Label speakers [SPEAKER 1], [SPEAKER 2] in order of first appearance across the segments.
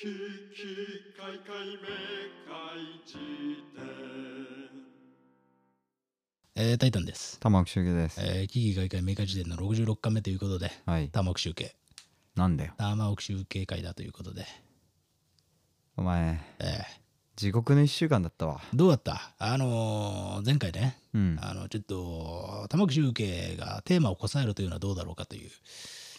[SPEAKER 1] ききかいかいめかいじ典
[SPEAKER 2] えー、タイタンです。
[SPEAKER 3] 玉木修介です、
[SPEAKER 2] えー、危機外界メーカー時点の66巻目ということで、
[SPEAKER 3] はい
[SPEAKER 2] 玉置集計、
[SPEAKER 3] なんだよ
[SPEAKER 2] 玉置集計会だということで、
[SPEAKER 3] お前
[SPEAKER 2] え
[SPEAKER 3] 地獄の1週間だったわ
[SPEAKER 2] ー、どうだったあのー前回ね、
[SPEAKER 3] うんあ
[SPEAKER 2] あの、ちょっと、玉置集計がテーマをこさえるというのはどうだろうかという、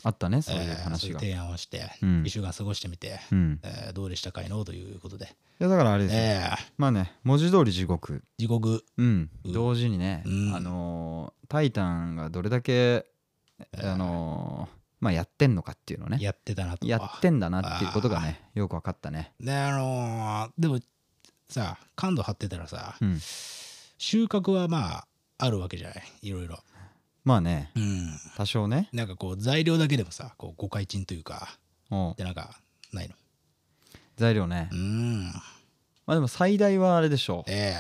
[SPEAKER 3] ったねそういう
[SPEAKER 2] えーそう
[SPEAKER 3] 話
[SPEAKER 2] いう
[SPEAKER 3] が、
[SPEAKER 2] 提案をして、
[SPEAKER 3] うん
[SPEAKER 2] 1週間過ごしてみて、
[SPEAKER 3] うん
[SPEAKER 2] えーどうでしたかいのということで、
[SPEAKER 3] いやだからあれですよ、
[SPEAKER 2] えー、
[SPEAKER 3] まあね文字通り地獄
[SPEAKER 2] 地獄、
[SPEAKER 3] うん
[SPEAKER 2] うん
[SPEAKER 3] 同時にね、
[SPEAKER 2] うん
[SPEAKER 3] あのータイタン」がどれだけ、あのーまあやってんのかっていうのをね
[SPEAKER 2] やってたなと
[SPEAKER 3] やってんだなっていうことがねよく分かったね
[SPEAKER 2] で、あのーでも、さ、感度張ってたらさ、
[SPEAKER 3] うん
[SPEAKER 2] 収穫はまあ、あるわけじゃない、いろいろ。
[SPEAKER 3] まあね
[SPEAKER 2] うん。
[SPEAKER 3] 多少ね
[SPEAKER 2] なんかこう材料だけでもさこう誤解賃というか
[SPEAKER 3] おう
[SPEAKER 2] でなんかないの
[SPEAKER 3] 材料ね、
[SPEAKER 2] うーん
[SPEAKER 3] まあでも最大はあれでしょう
[SPEAKER 2] え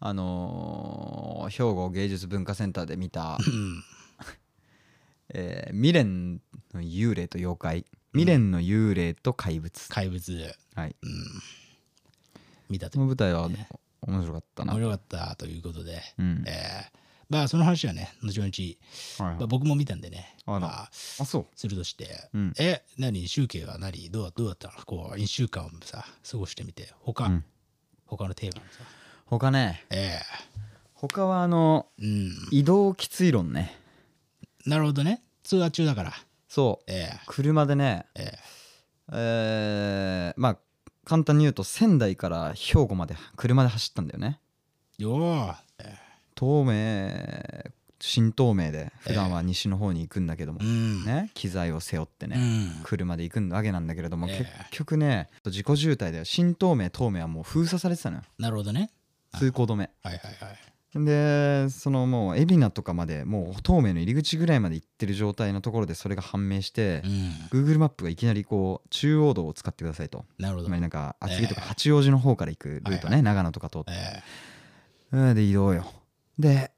[SPEAKER 3] あのー兵庫芸術文化センターで見た
[SPEAKER 2] えうん
[SPEAKER 3] えー未練の幽霊と妖怪未練の幽霊と怪物、
[SPEAKER 2] 怪物
[SPEAKER 3] はい
[SPEAKER 2] 見たと
[SPEAKER 3] この舞台は面白かったな
[SPEAKER 2] 面白かったということで、
[SPEAKER 3] うん
[SPEAKER 2] ええまあその話はね後々、
[SPEAKER 3] はい
[SPEAKER 2] ま
[SPEAKER 3] は
[SPEAKER 2] あ、
[SPEAKER 3] い
[SPEAKER 2] 僕も見たんでね
[SPEAKER 3] あら
[SPEAKER 2] まあ
[SPEAKER 3] あそう
[SPEAKER 2] するとして、
[SPEAKER 3] うん
[SPEAKER 2] え何集計は何どうどうだったのこう1週間をさ過ごしてみて他、
[SPEAKER 3] うん
[SPEAKER 2] 他のテーマもさ
[SPEAKER 3] 他ね
[SPEAKER 2] え
[SPEAKER 3] 他はあの
[SPEAKER 2] えうん
[SPEAKER 3] 移動きつい論ね
[SPEAKER 2] なるほどね通話中だから
[SPEAKER 3] そう
[SPEAKER 2] え
[SPEAKER 3] 車でね
[SPEAKER 2] ええ
[SPEAKER 3] えーまあ簡単に言うと仙台から兵庫まで車で走ったんだよね
[SPEAKER 2] えよーえ
[SPEAKER 3] 東名新東名で普段は西の方に行くんだけども
[SPEAKER 2] え、うん
[SPEAKER 3] ね機材を背負ってね、
[SPEAKER 2] うん
[SPEAKER 3] 車で行くわけなんだけれども、
[SPEAKER 2] ええ
[SPEAKER 3] 結局ね自己渋滞で新東名東名はもう封鎖されてたのよ
[SPEAKER 2] なるほどね
[SPEAKER 3] 通行止め
[SPEAKER 2] はいはいはい
[SPEAKER 3] でそのもう海老名とかまでもう東名の入り口ぐらいまで行ってる状態のところでそれが判明して
[SPEAKER 2] う、ん
[SPEAKER 3] Google マップがいきなりこう中央道を使ってくださいと
[SPEAKER 2] なるほ
[SPEAKER 3] つ
[SPEAKER 2] ど
[SPEAKER 3] ま。りなんか厚木とか八王子の方から行くルートね、長野とか通って、
[SPEAKER 2] え
[SPEAKER 3] うんで移動よで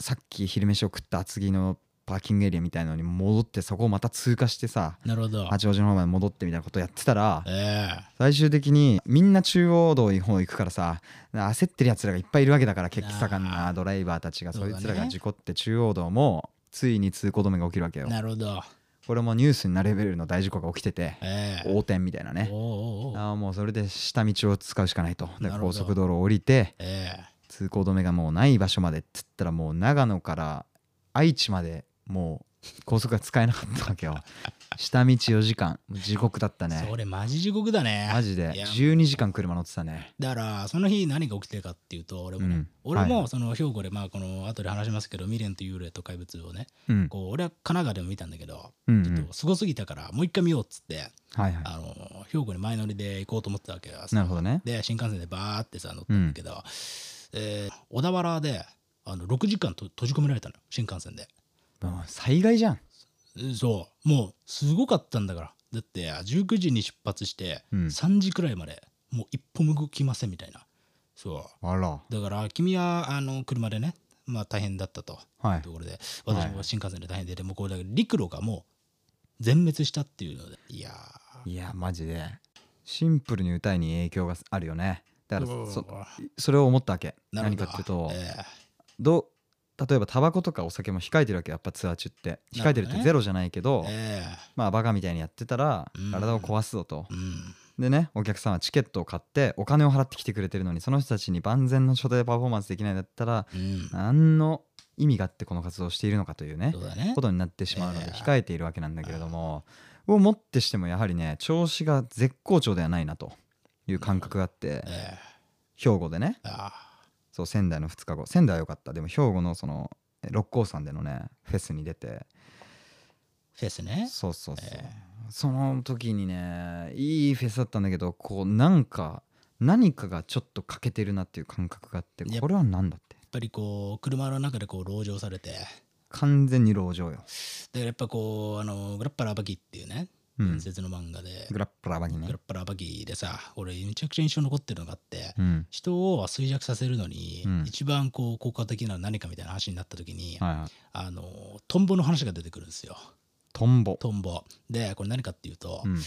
[SPEAKER 3] さっき昼飯を食った厚木のパーキングエリアみたいなのに戻ってそこをまた通過してさ
[SPEAKER 2] ーなるほど。
[SPEAKER 3] 八王子の方まで戻ってみたいなことやってたら、
[SPEAKER 2] え
[SPEAKER 3] 最終的にみんな中央道の方行くからさ焦ってるやつらがいっぱいいるわけだから血気盛ん
[SPEAKER 2] あ
[SPEAKER 3] なドライバーたちが
[SPEAKER 2] そう
[SPEAKER 3] そ
[SPEAKER 2] だ
[SPEAKER 3] い
[SPEAKER 2] ね
[SPEAKER 3] つらが事故って中央道もついに通行止めが起きるわけ
[SPEAKER 2] え
[SPEAKER 3] よ
[SPEAKER 2] なるほど。
[SPEAKER 3] これもニュースになるレベルの大事故が起きてて
[SPEAKER 2] ええ
[SPEAKER 3] 横転みたいなね
[SPEAKER 2] おおうおうおう。
[SPEAKER 3] ああもうそれで下道を使うしかないと
[SPEAKER 2] な
[SPEAKER 3] で
[SPEAKER 2] るほど
[SPEAKER 3] 高速道路を降りて
[SPEAKER 2] ええ
[SPEAKER 3] 通行止めがもうない場所までっつったらもう長野から愛知までもう高速が使えなかったわけよ下道4時間地獄だったね
[SPEAKER 2] それマジ地獄だね。
[SPEAKER 3] マジで
[SPEAKER 2] いや
[SPEAKER 3] 12時間車乗ってたね
[SPEAKER 2] だから、その日何が起きてるかっていうと、俺も
[SPEAKER 3] う
[SPEAKER 2] ね
[SPEAKER 3] ん、
[SPEAKER 2] 俺
[SPEAKER 3] は
[SPEAKER 2] もその兵庫で、まあこの後で話しますけど、未練と幽霊と怪物をね、
[SPEAKER 3] うん
[SPEAKER 2] こう俺は神奈川でも見たんだけど、
[SPEAKER 3] うん
[SPEAKER 2] ちょっとすごすぎたから、もう一回見ようっつって、
[SPEAKER 3] はいはい。
[SPEAKER 2] あの兵庫に前乗りで行こうと思ってたわけよ。
[SPEAKER 3] なるほどね。
[SPEAKER 2] で、新幹線でバーってさ、乗ったんだけど、えー小田原であの6時間と閉じ込められたのよ、新幹線で。
[SPEAKER 3] もう災害じゃん。
[SPEAKER 2] そうもうすごかったんだからだって19時に出発して
[SPEAKER 3] うん
[SPEAKER 2] 3時くらいまでもう一歩も動きませんみたいなそ
[SPEAKER 3] あら。
[SPEAKER 2] うだから君はあの車でねまあ大変だったと
[SPEAKER 3] はい
[SPEAKER 2] と。ころで
[SPEAKER 3] はい
[SPEAKER 2] 私も新幹線で大変ででもうこれだけ陸路がもう全滅したっていうのでいや
[SPEAKER 3] いや、マジで。シンプルに歌いに影響があるよね。だ
[SPEAKER 2] ー
[SPEAKER 3] から
[SPEAKER 2] う
[SPEAKER 3] そ、
[SPEAKER 2] わ
[SPEAKER 3] それを思ったわけ。
[SPEAKER 2] なるほ
[SPEAKER 3] 何
[SPEAKER 2] ど
[SPEAKER 3] かっていうと、
[SPEAKER 2] ええ
[SPEAKER 3] どう例えばタバコとかお酒も控えてるわけやっぱツアー中って控えてる
[SPEAKER 2] なる
[SPEAKER 3] っ
[SPEAKER 2] ほどね
[SPEAKER 3] てゼロじゃないけど
[SPEAKER 2] え
[SPEAKER 3] まあバカみたいにやってたら
[SPEAKER 2] うん
[SPEAKER 3] 体を壊すぞと
[SPEAKER 2] えうん
[SPEAKER 3] でねお客さんはチケットを買ってお金を払ってきてくれてるのにその人たちに万全の初代パフォーマンスできないんだったら
[SPEAKER 2] うん
[SPEAKER 3] 何の意味があってこの活動をしているのかというね
[SPEAKER 2] そうだね
[SPEAKER 3] ことになってしまうの
[SPEAKER 2] え
[SPEAKER 3] で
[SPEAKER 2] え
[SPEAKER 3] 控えているわけなんだけれども、をもってしてもやはりね調子が絶好調ではないなという感覚があって
[SPEAKER 2] ええ
[SPEAKER 3] 兵庫でね
[SPEAKER 2] あ
[SPEAKER 3] そう仙台の2日後仙台は良かったでも兵庫のそのえ六甲山でのねフェスに出て
[SPEAKER 2] ーフェスね
[SPEAKER 3] そうそうそう、
[SPEAKER 2] ええ
[SPEAKER 3] その時にねいいフェスだったんだけどこうなんか何かがちょっと欠けてるなっていう感覚があって
[SPEAKER 2] いや
[SPEAKER 3] これは何だって
[SPEAKER 2] やっぱりこう車の中でこう籠城されて
[SPEAKER 3] 完全に籠城よ、
[SPEAKER 2] でやっぱこうあのグラッパラバキっていうね
[SPEAKER 3] うん
[SPEAKER 2] 伝、説の漫画で、
[SPEAKER 3] グラップラーバに
[SPEAKER 2] グ
[SPEAKER 3] ね
[SPEAKER 2] ラッパラバキでさ俺めちゃくちゃ印象に残ってるのがあって、
[SPEAKER 3] うん
[SPEAKER 2] 人を衰弱させるのに、
[SPEAKER 3] うん
[SPEAKER 2] 一番こう効果的なのは何かみたいな話になった時に、
[SPEAKER 3] はいはい
[SPEAKER 2] あのトンボの話が出てくるんですよ
[SPEAKER 3] トンボ
[SPEAKER 2] トンボでこれ何かっていうと、
[SPEAKER 3] うん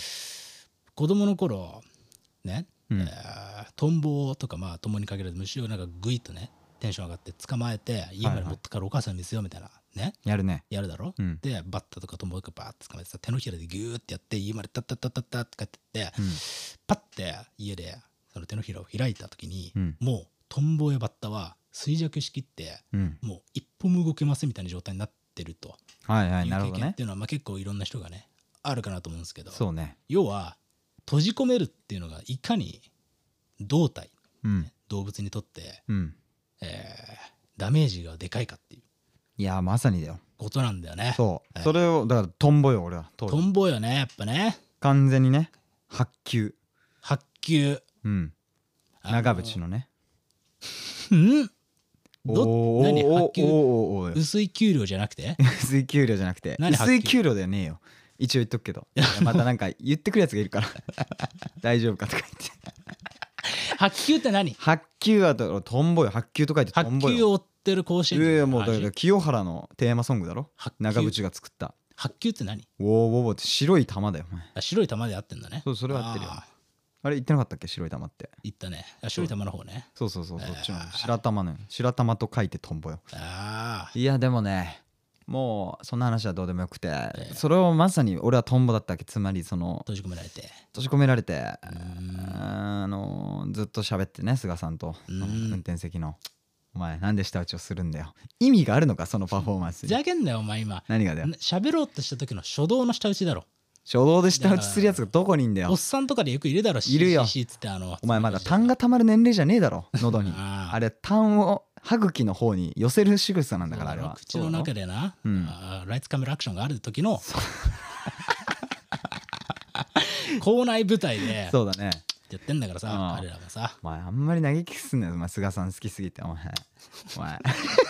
[SPEAKER 2] 子供の頃ね、
[SPEAKER 3] うん
[SPEAKER 2] えートンボとかまあトンボにかけられて虫をなんかグイッとねテンション上がって捕まえて家まで持ってからお母さんに見せようみたいなね
[SPEAKER 3] やるね
[SPEAKER 2] やるだろ、
[SPEAKER 3] うん
[SPEAKER 2] でバッタとかトンボとかバーッと捕まえてさ手のひらでギューってやって家までタッタッタッタッタッって帰ってって、
[SPEAKER 3] うん
[SPEAKER 2] パッて家でその手のひらを開いた時に、
[SPEAKER 3] うん
[SPEAKER 2] もうトンボやバッタは衰弱しきって
[SPEAKER 3] うん
[SPEAKER 2] もう一歩も動けませんみたいな状態になってると
[SPEAKER 3] はいはいいうなる
[SPEAKER 2] 経
[SPEAKER 3] ほど
[SPEAKER 2] 験っ
[SPEAKER 3] ね
[SPEAKER 2] ていうのは、まあ、結構いろんな人がねあるかなと思うんですけど
[SPEAKER 3] そうね
[SPEAKER 2] 要は閉じ込めるっていうのがいかに胴体
[SPEAKER 3] うん
[SPEAKER 2] 動物にとって、
[SPEAKER 3] うん
[SPEAKER 2] えーダメージがでかいかっていう
[SPEAKER 3] いやまさにだよ
[SPEAKER 2] ことなんだよね。
[SPEAKER 3] そう
[SPEAKER 2] はい
[SPEAKER 3] それをだからトンボよ俺は当時
[SPEAKER 2] トンボよねやっぱね
[SPEAKER 3] 完全にね発球
[SPEAKER 2] 発球
[SPEAKER 3] うん
[SPEAKER 2] あの
[SPEAKER 3] 長渕のね
[SPEAKER 2] うんど
[SPEAKER 3] おー
[SPEAKER 2] 何
[SPEAKER 3] おー
[SPEAKER 2] 発球
[SPEAKER 3] おーおーおー
[SPEAKER 2] 薄い給料じゃなく て
[SPEAKER 3] 薄い給料じゃなくて
[SPEAKER 2] 何
[SPEAKER 3] 薄い
[SPEAKER 2] 発球
[SPEAKER 3] 給料ではねえよ一応言っとくけどいやまたなんか言ってくるやつがいるから 大丈夫かとか言って
[SPEAKER 2] 発球って何
[SPEAKER 3] 発球はだからトンボよ発球と書いてト
[SPEAKER 2] 発
[SPEAKER 3] ンボ
[SPEAKER 2] 球
[SPEAKER 3] よ
[SPEAKER 2] を追ってる甲子
[SPEAKER 3] い
[SPEAKER 2] 園
[SPEAKER 3] やい
[SPEAKER 2] の
[SPEAKER 3] やもうだから
[SPEAKER 2] 話
[SPEAKER 3] 清原のテーマソングだろ
[SPEAKER 2] 発球
[SPEAKER 3] 長渕が作った
[SPEAKER 2] 発球って何
[SPEAKER 3] ウォーウォーウォーって白い玉だよお前
[SPEAKER 2] あ白い球で合ってんだね
[SPEAKER 3] そうそれは合ってるよ
[SPEAKER 2] あー
[SPEAKER 3] あれ言ってなかったっけ白い玉って
[SPEAKER 2] 言ったねあ白い球の方ね
[SPEAKER 3] そうそうそうそっちの
[SPEAKER 2] あー
[SPEAKER 3] 白玉ね白玉と書いてトンボよ
[SPEAKER 2] あ
[SPEAKER 3] いやでもねもうそんな話はどうでもよくて、それをまさに俺はトンボだったわけつまりその
[SPEAKER 2] あ閉じ込められて
[SPEAKER 3] 閉じ込められて
[SPEAKER 2] ん
[SPEAKER 3] あのずっと喋ってね菅さんと
[SPEAKER 2] うん
[SPEAKER 3] 運転席のお前なんで舌打ちをするんだよ意味があるのかそのパフォーマンス
[SPEAKER 2] ふざ
[SPEAKER 3] に
[SPEAKER 2] けんなよお前今
[SPEAKER 3] 何がだよ
[SPEAKER 2] な喋ろうとした時の初動の下打ちだろ
[SPEAKER 3] 初動で舌打ちするやつがどこにいんだ
[SPEAKER 2] お
[SPEAKER 3] よ
[SPEAKER 2] っさんとかでよくいるだろ
[SPEAKER 3] いるよ
[SPEAKER 2] CCC っつってあの
[SPEAKER 3] お前まだ痰が溜まる年齢じゃねえだろ喉 に
[SPEAKER 2] あー
[SPEAKER 3] あれ痰を歯茎の方に寄せる仕草なんだからあれは
[SPEAKER 2] 口の中でな、
[SPEAKER 3] うん
[SPEAKER 2] あーライツカメラアクションがある時の 校内舞台で
[SPEAKER 3] そうだね
[SPEAKER 2] やってんだからさ
[SPEAKER 3] あー
[SPEAKER 2] 彼らもさ
[SPEAKER 3] お前あんまり嘆きすんなよお前菅さん好きすぎてお前お前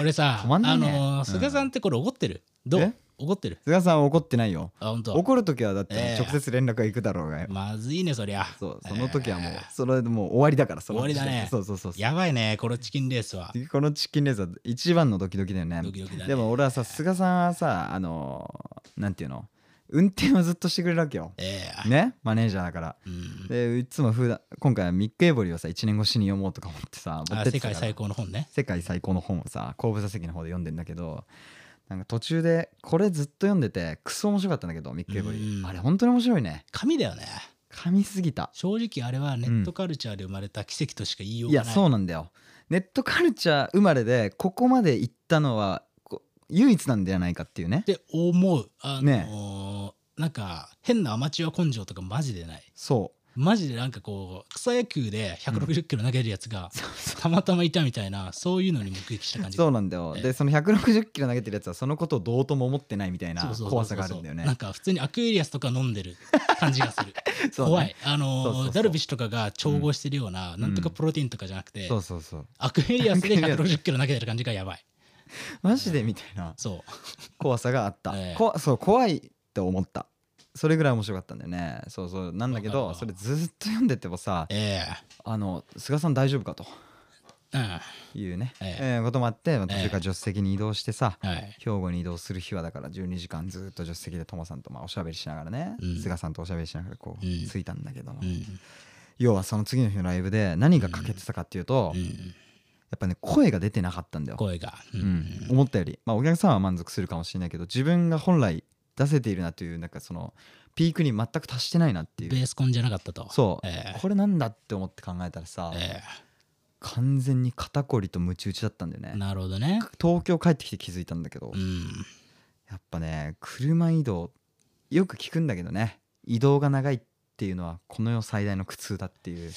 [SPEAKER 2] 俺さ
[SPEAKER 3] 止まんな
[SPEAKER 2] あ
[SPEAKER 3] いね
[SPEAKER 2] のー菅さんってこれ怒ってるどう
[SPEAKER 3] え
[SPEAKER 2] 怒ってる
[SPEAKER 3] 菅さんは怒ってないよ
[SPEAKER 2] あ本当
[SPEAKER 3] 怒る時はだって
[SPEAKER 2] ええ
[SPEAKER 3] 直接連絡が行くだろうがよ
[SPEAKER 2] まずいねそりゃ
[SPEAKER 3] そうその時はもう
[SPEAKER 2] え
[SPEAKER 3] それでもう終わりだからその
[SPEAKER 2] 終わりだね
[SPEAKER 3] 時点でそうそうそう
[SPEAKER 2] ーやばいねこのチキンレースは
[SPEAKER 3] このチキンレースは一番のドキドキだよね
[SPEAKER 2] ドキドキだね
[SPEAKER 3] でも俺はさ菅さんはさあのーなんていうの運転をずっとしてくれるわけよ
[SPEAKER 2] ええ
[SPEAKER 3] ねマネージャーだから
[SPEAKER 2] うん
[SPEAKER 3] でいつも普段今回はミック・エイボリーをさ1年越しに読もうとか思ってさ持っ
[SPEAKER 2] あ
[SPEAKER 3] て
[SPEAKER 2] 世
[SPEAKER 3] ってた
[SPEAKER 2] 界
[SPEAKER 3] から
[SPEAKER 2] 最高の本ね
[SPEAKER 3] 世界最高の本をさ後部座席の方で読んでんだけどなんか途中でこれずっと読んでてクソ面白かったんだけどミック・エイボリ
[SPEAKER 2] うん
[SPEAKER 3] ーあれ本当に面白いね
[SPEAKER 2] 神だよね
[SPEAKER 3] 噛みすぎた
[SPEAKER 2] 正直あれはネットカルチャーで生まれた奇跡としか言いよう
[SPEAKER 3] い
[SPEAKER 2] が
[SPEAKER 3] や
[SPEAKER 2] ない、
[SPEAKER 3] そうなんだよネットカルチャー生まれでここまで行ったのはこ唯一なんではないかっていうね
[SPEAKER 2] って思うあのー
[SPEAKER 3] ね
[SPEAKER 2] なんか変なアマチュア根性とかマジでない
[SPEAKER 3] そ
[SPEAKER 2] マジでなんかこう草野球で160キロ投げるやつが
[SPEAKER 3] うそうそ
[SPEAKER 2] たまたまいたみたいなそういうのに目撃した感
[SPEAKER 3] う
[SPEAKER 2] じ
[SPEAKER 3] そうなんだよ
[SPEAKER 2] ええ
[SPEAKER 3] でその160キロ投げてるやつはそのことをどうとも思ってないみたいな
[SPEAKER 2] そうそうそうそう
[SPEAKER 3] 怖さがあるんだよね
[SPEAKER 2] なんか普通にアクエリアスとか飲んでる感じがする
[SPEAKER 3] そうね
[SPEAKER 2] 怖いあのー
[SPEAKER 3] そうそうそう
[SPEAKER 2] ダルビッシュとかが調合してるような、なんとかプロテインとかじゃなくて、
[SPEAKER 3] そうそうそう
[SPEAKER 2] アクエリアスで
[SPEAKER 3] アクエリアス
[SPEAKER 2] 160キロ投げてる感じがやばい
[SPEAKER 3] マジでみたいな
[SPEAKER 2] そう
[SPEAKER 3] 怖さがあった、
[SPEAKER 2] ええ
[SPEAKER 3] こそう怖いって思ったそれぐらい面白かったんだよねそうそうなんだけど
[SPEAKER 2] わか
[SPEAKER 3] そ
[SPEAKER 2] る
[SPEAKER 3] れ
[SPEAKER 2] わ
[SPEAKER 3] ずっと読んでてもさ
[SPEAKER 2] え
[SPEAKER 3] あの菅さん大丈夫かと
[SPEAKER 2] え
[SPEAKER 3] いうね、
[SPEAKER 2] ええ
[SPEAKER 3] えーこともあってまあ途中から助手席に移動してさ、
[SPEAKER 2] うんはい
[SPEAKER 3] 兵庫に移動する日はだから12時間ずっと助手席でトモさんとまあおしゃべりしながらね、
[SPEAKER 2] うん
[SPEAKER 3] 菅さんとおしゃべりしながらこう
[SPEAKER 2] うん
[SPEAKER 3] 着いたんだけども、
[SPEAKER 2] うん
[SPEAKER 3] 要はその次の日のライブで何が欠けてたかっていうと、
[SPEAKER 2] う
[SPEAKER 3] や
[SPEAKER 2] ん
[SPEAKER 3] っぱね声が出てなかったんだよ、
[SPEAKER 2] 声が、う
[SPEAKER 3] うん、思ったより、まあ、お客さんは満足するかもしれないけど自分が本来出せているなというなんかそのピークに全く達してないなってい
[SPEAKER 2] ベ
[SPEAKER 3] う
[SPEAKER 2] ースコンじゃなかったと
[SPEAKER 3] そう、
[SPEAKER 2] ええ
[SPEAKER 3] これなんだって思って考えたらさ、
[SPEAKER 2] え
[SPEAKER 3] 完全に肩こりとムチ打ちだったんだよ
[SPEAKER 2] え
[SPEAKER 3] ね
[SPEAKER 2] なるほどね
[SPEAKER 3] 東京帰ってきて気づいたんだけど、
[SPEAKER 2] うん
[SPEAKER 3] やっぱね車移動よく聞くんだけどね移動が長いっていうのはこの世最大の苦痛だっていう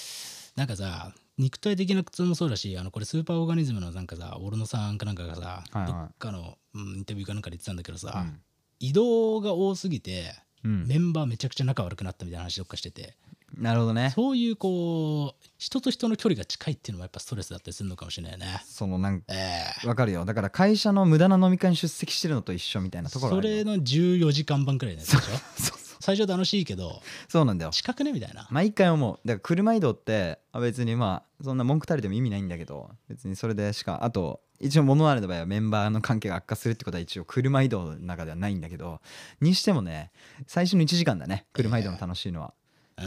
[SPEAKER 2] なんかさ肉体的な苦痛もそうだしあのこれスーパーオーガニズムのなんかさオルノさんかなんかがさ、
[SPEAKER 3] はいはい
[SPEAKER 2] どっかの、うん、インタビューかなんかで言ってたんだけどさ、
[SPEAKER 3] うん
[SPEAKER 2] 移動が多すぎて
[SPEAKER 3] うん
[SPEAKER 2] メンバーめちゃくちゃ仲悪くなったみたいな話どっかしてて、
[SPEAKER 3] なるほどね
[SPEAKER 2] そういうこう人と人の距離が近いっていうのもやっぱストレスだったりするのかもしれないね。
[SPEAKER 3] そのなんか
[SPEAKER 2] ええ
[SPEAKER 3] わかるよだから会社の無駄な飲み会に出席してるのと一緒みたいなところ
[SPEAKER 2] そ
[SPEAKER 3] ある
[SPEAKER 2] れ
[SPEAKER 3] よ
[SPEAKER 2] の14時間版くらいのやつでしょ
[SPEAKER 3] そうそう
[SPEAKER 2] 最初楽しいけど
[SPEAKER 3] そうなんだよ
[SPEAKER 2] 近くねみたいな、
[SPEAKER 3] 毎回思うだから車移動ってあ別にまあそんな文句垂れても意味ないんだけど別にそれでしかあと一応モノアレの場合はメンバーの関係が悪化するってことは一応車移動の中ではないんだけどにしてもね最初の1時間だね車移動の楽しいのは、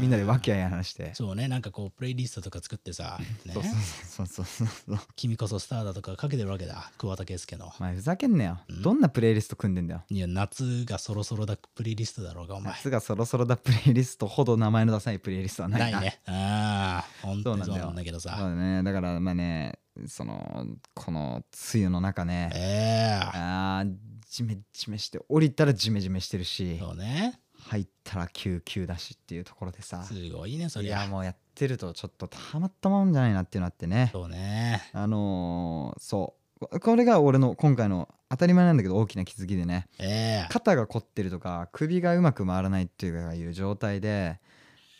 [SPEAKER 3] みんなでわけあいあい話して
[SPEAKER 2] そうねなんかこうプレイリストとか作ってさ、ね
[SPEAKER 3] そうそうそうそうそう
[SPEAKER 2] 君こそスターだ」とかかけてるわけだ桑田佳祐の。
[SPEAKER 3] お前ふざけんなよ、
[SPEAKER 2] うん
[SPEAKER 3] どんなプレイリスト組んでんだよ
[SPEAKER 2] いや夏がそろそろだプレイリストだろうがお前。
[SPEAKER 3] 夏がそろそろだプレイリストほど名前のダサいプレイリストはな
[SPEAKER 2] ないい
[SPEAKER 3] な
[SPEAKER 2] ね。ああ本
[SPEAKER 3] そ
[SPEAKER 2] 当
[SPEAKER 3] う
[SPEAKER 2] に
[SPEAKER 3] なん
[SPEAKER 2] そう
[SPEAKER 3] だ
[SPEAKER 2] な
[SPEAKER 3] よ
[SPEAKER 2] んだけど
[SPEAKER 3] そう
[SPEAKER 2] さ。
[SPEAKER 3] だねだからまあねそのこの梅雨の中ね
[SPEAKER 2] ええ
[SPEAKER 3] あージメジメして降りたらジメジメしてるし
[SPEAKER 2] そうね。
[SPEAKER 3] 入ったら救急だしっていうところでさ
[SPEAKER 2] すごいねそ
[SPEAKER 3] い
[SPEAKER 2] り
[SPEAKER 3] や
[SPEAKER 2] ゃ。
[SPEAKER 3] もうやってるとちょっとたまったもんじゃないなっていうのあってね
[SPEAKER 2] そうね。
[SPEAKER 3] あのーそうここれが俺の今回の当たり前なんだけど大きな気づきでね
[SPEAKER 2] ええ
[SPEAKER 3] 肩が凝ってるとか首がうまく回らないっていうかいう状態で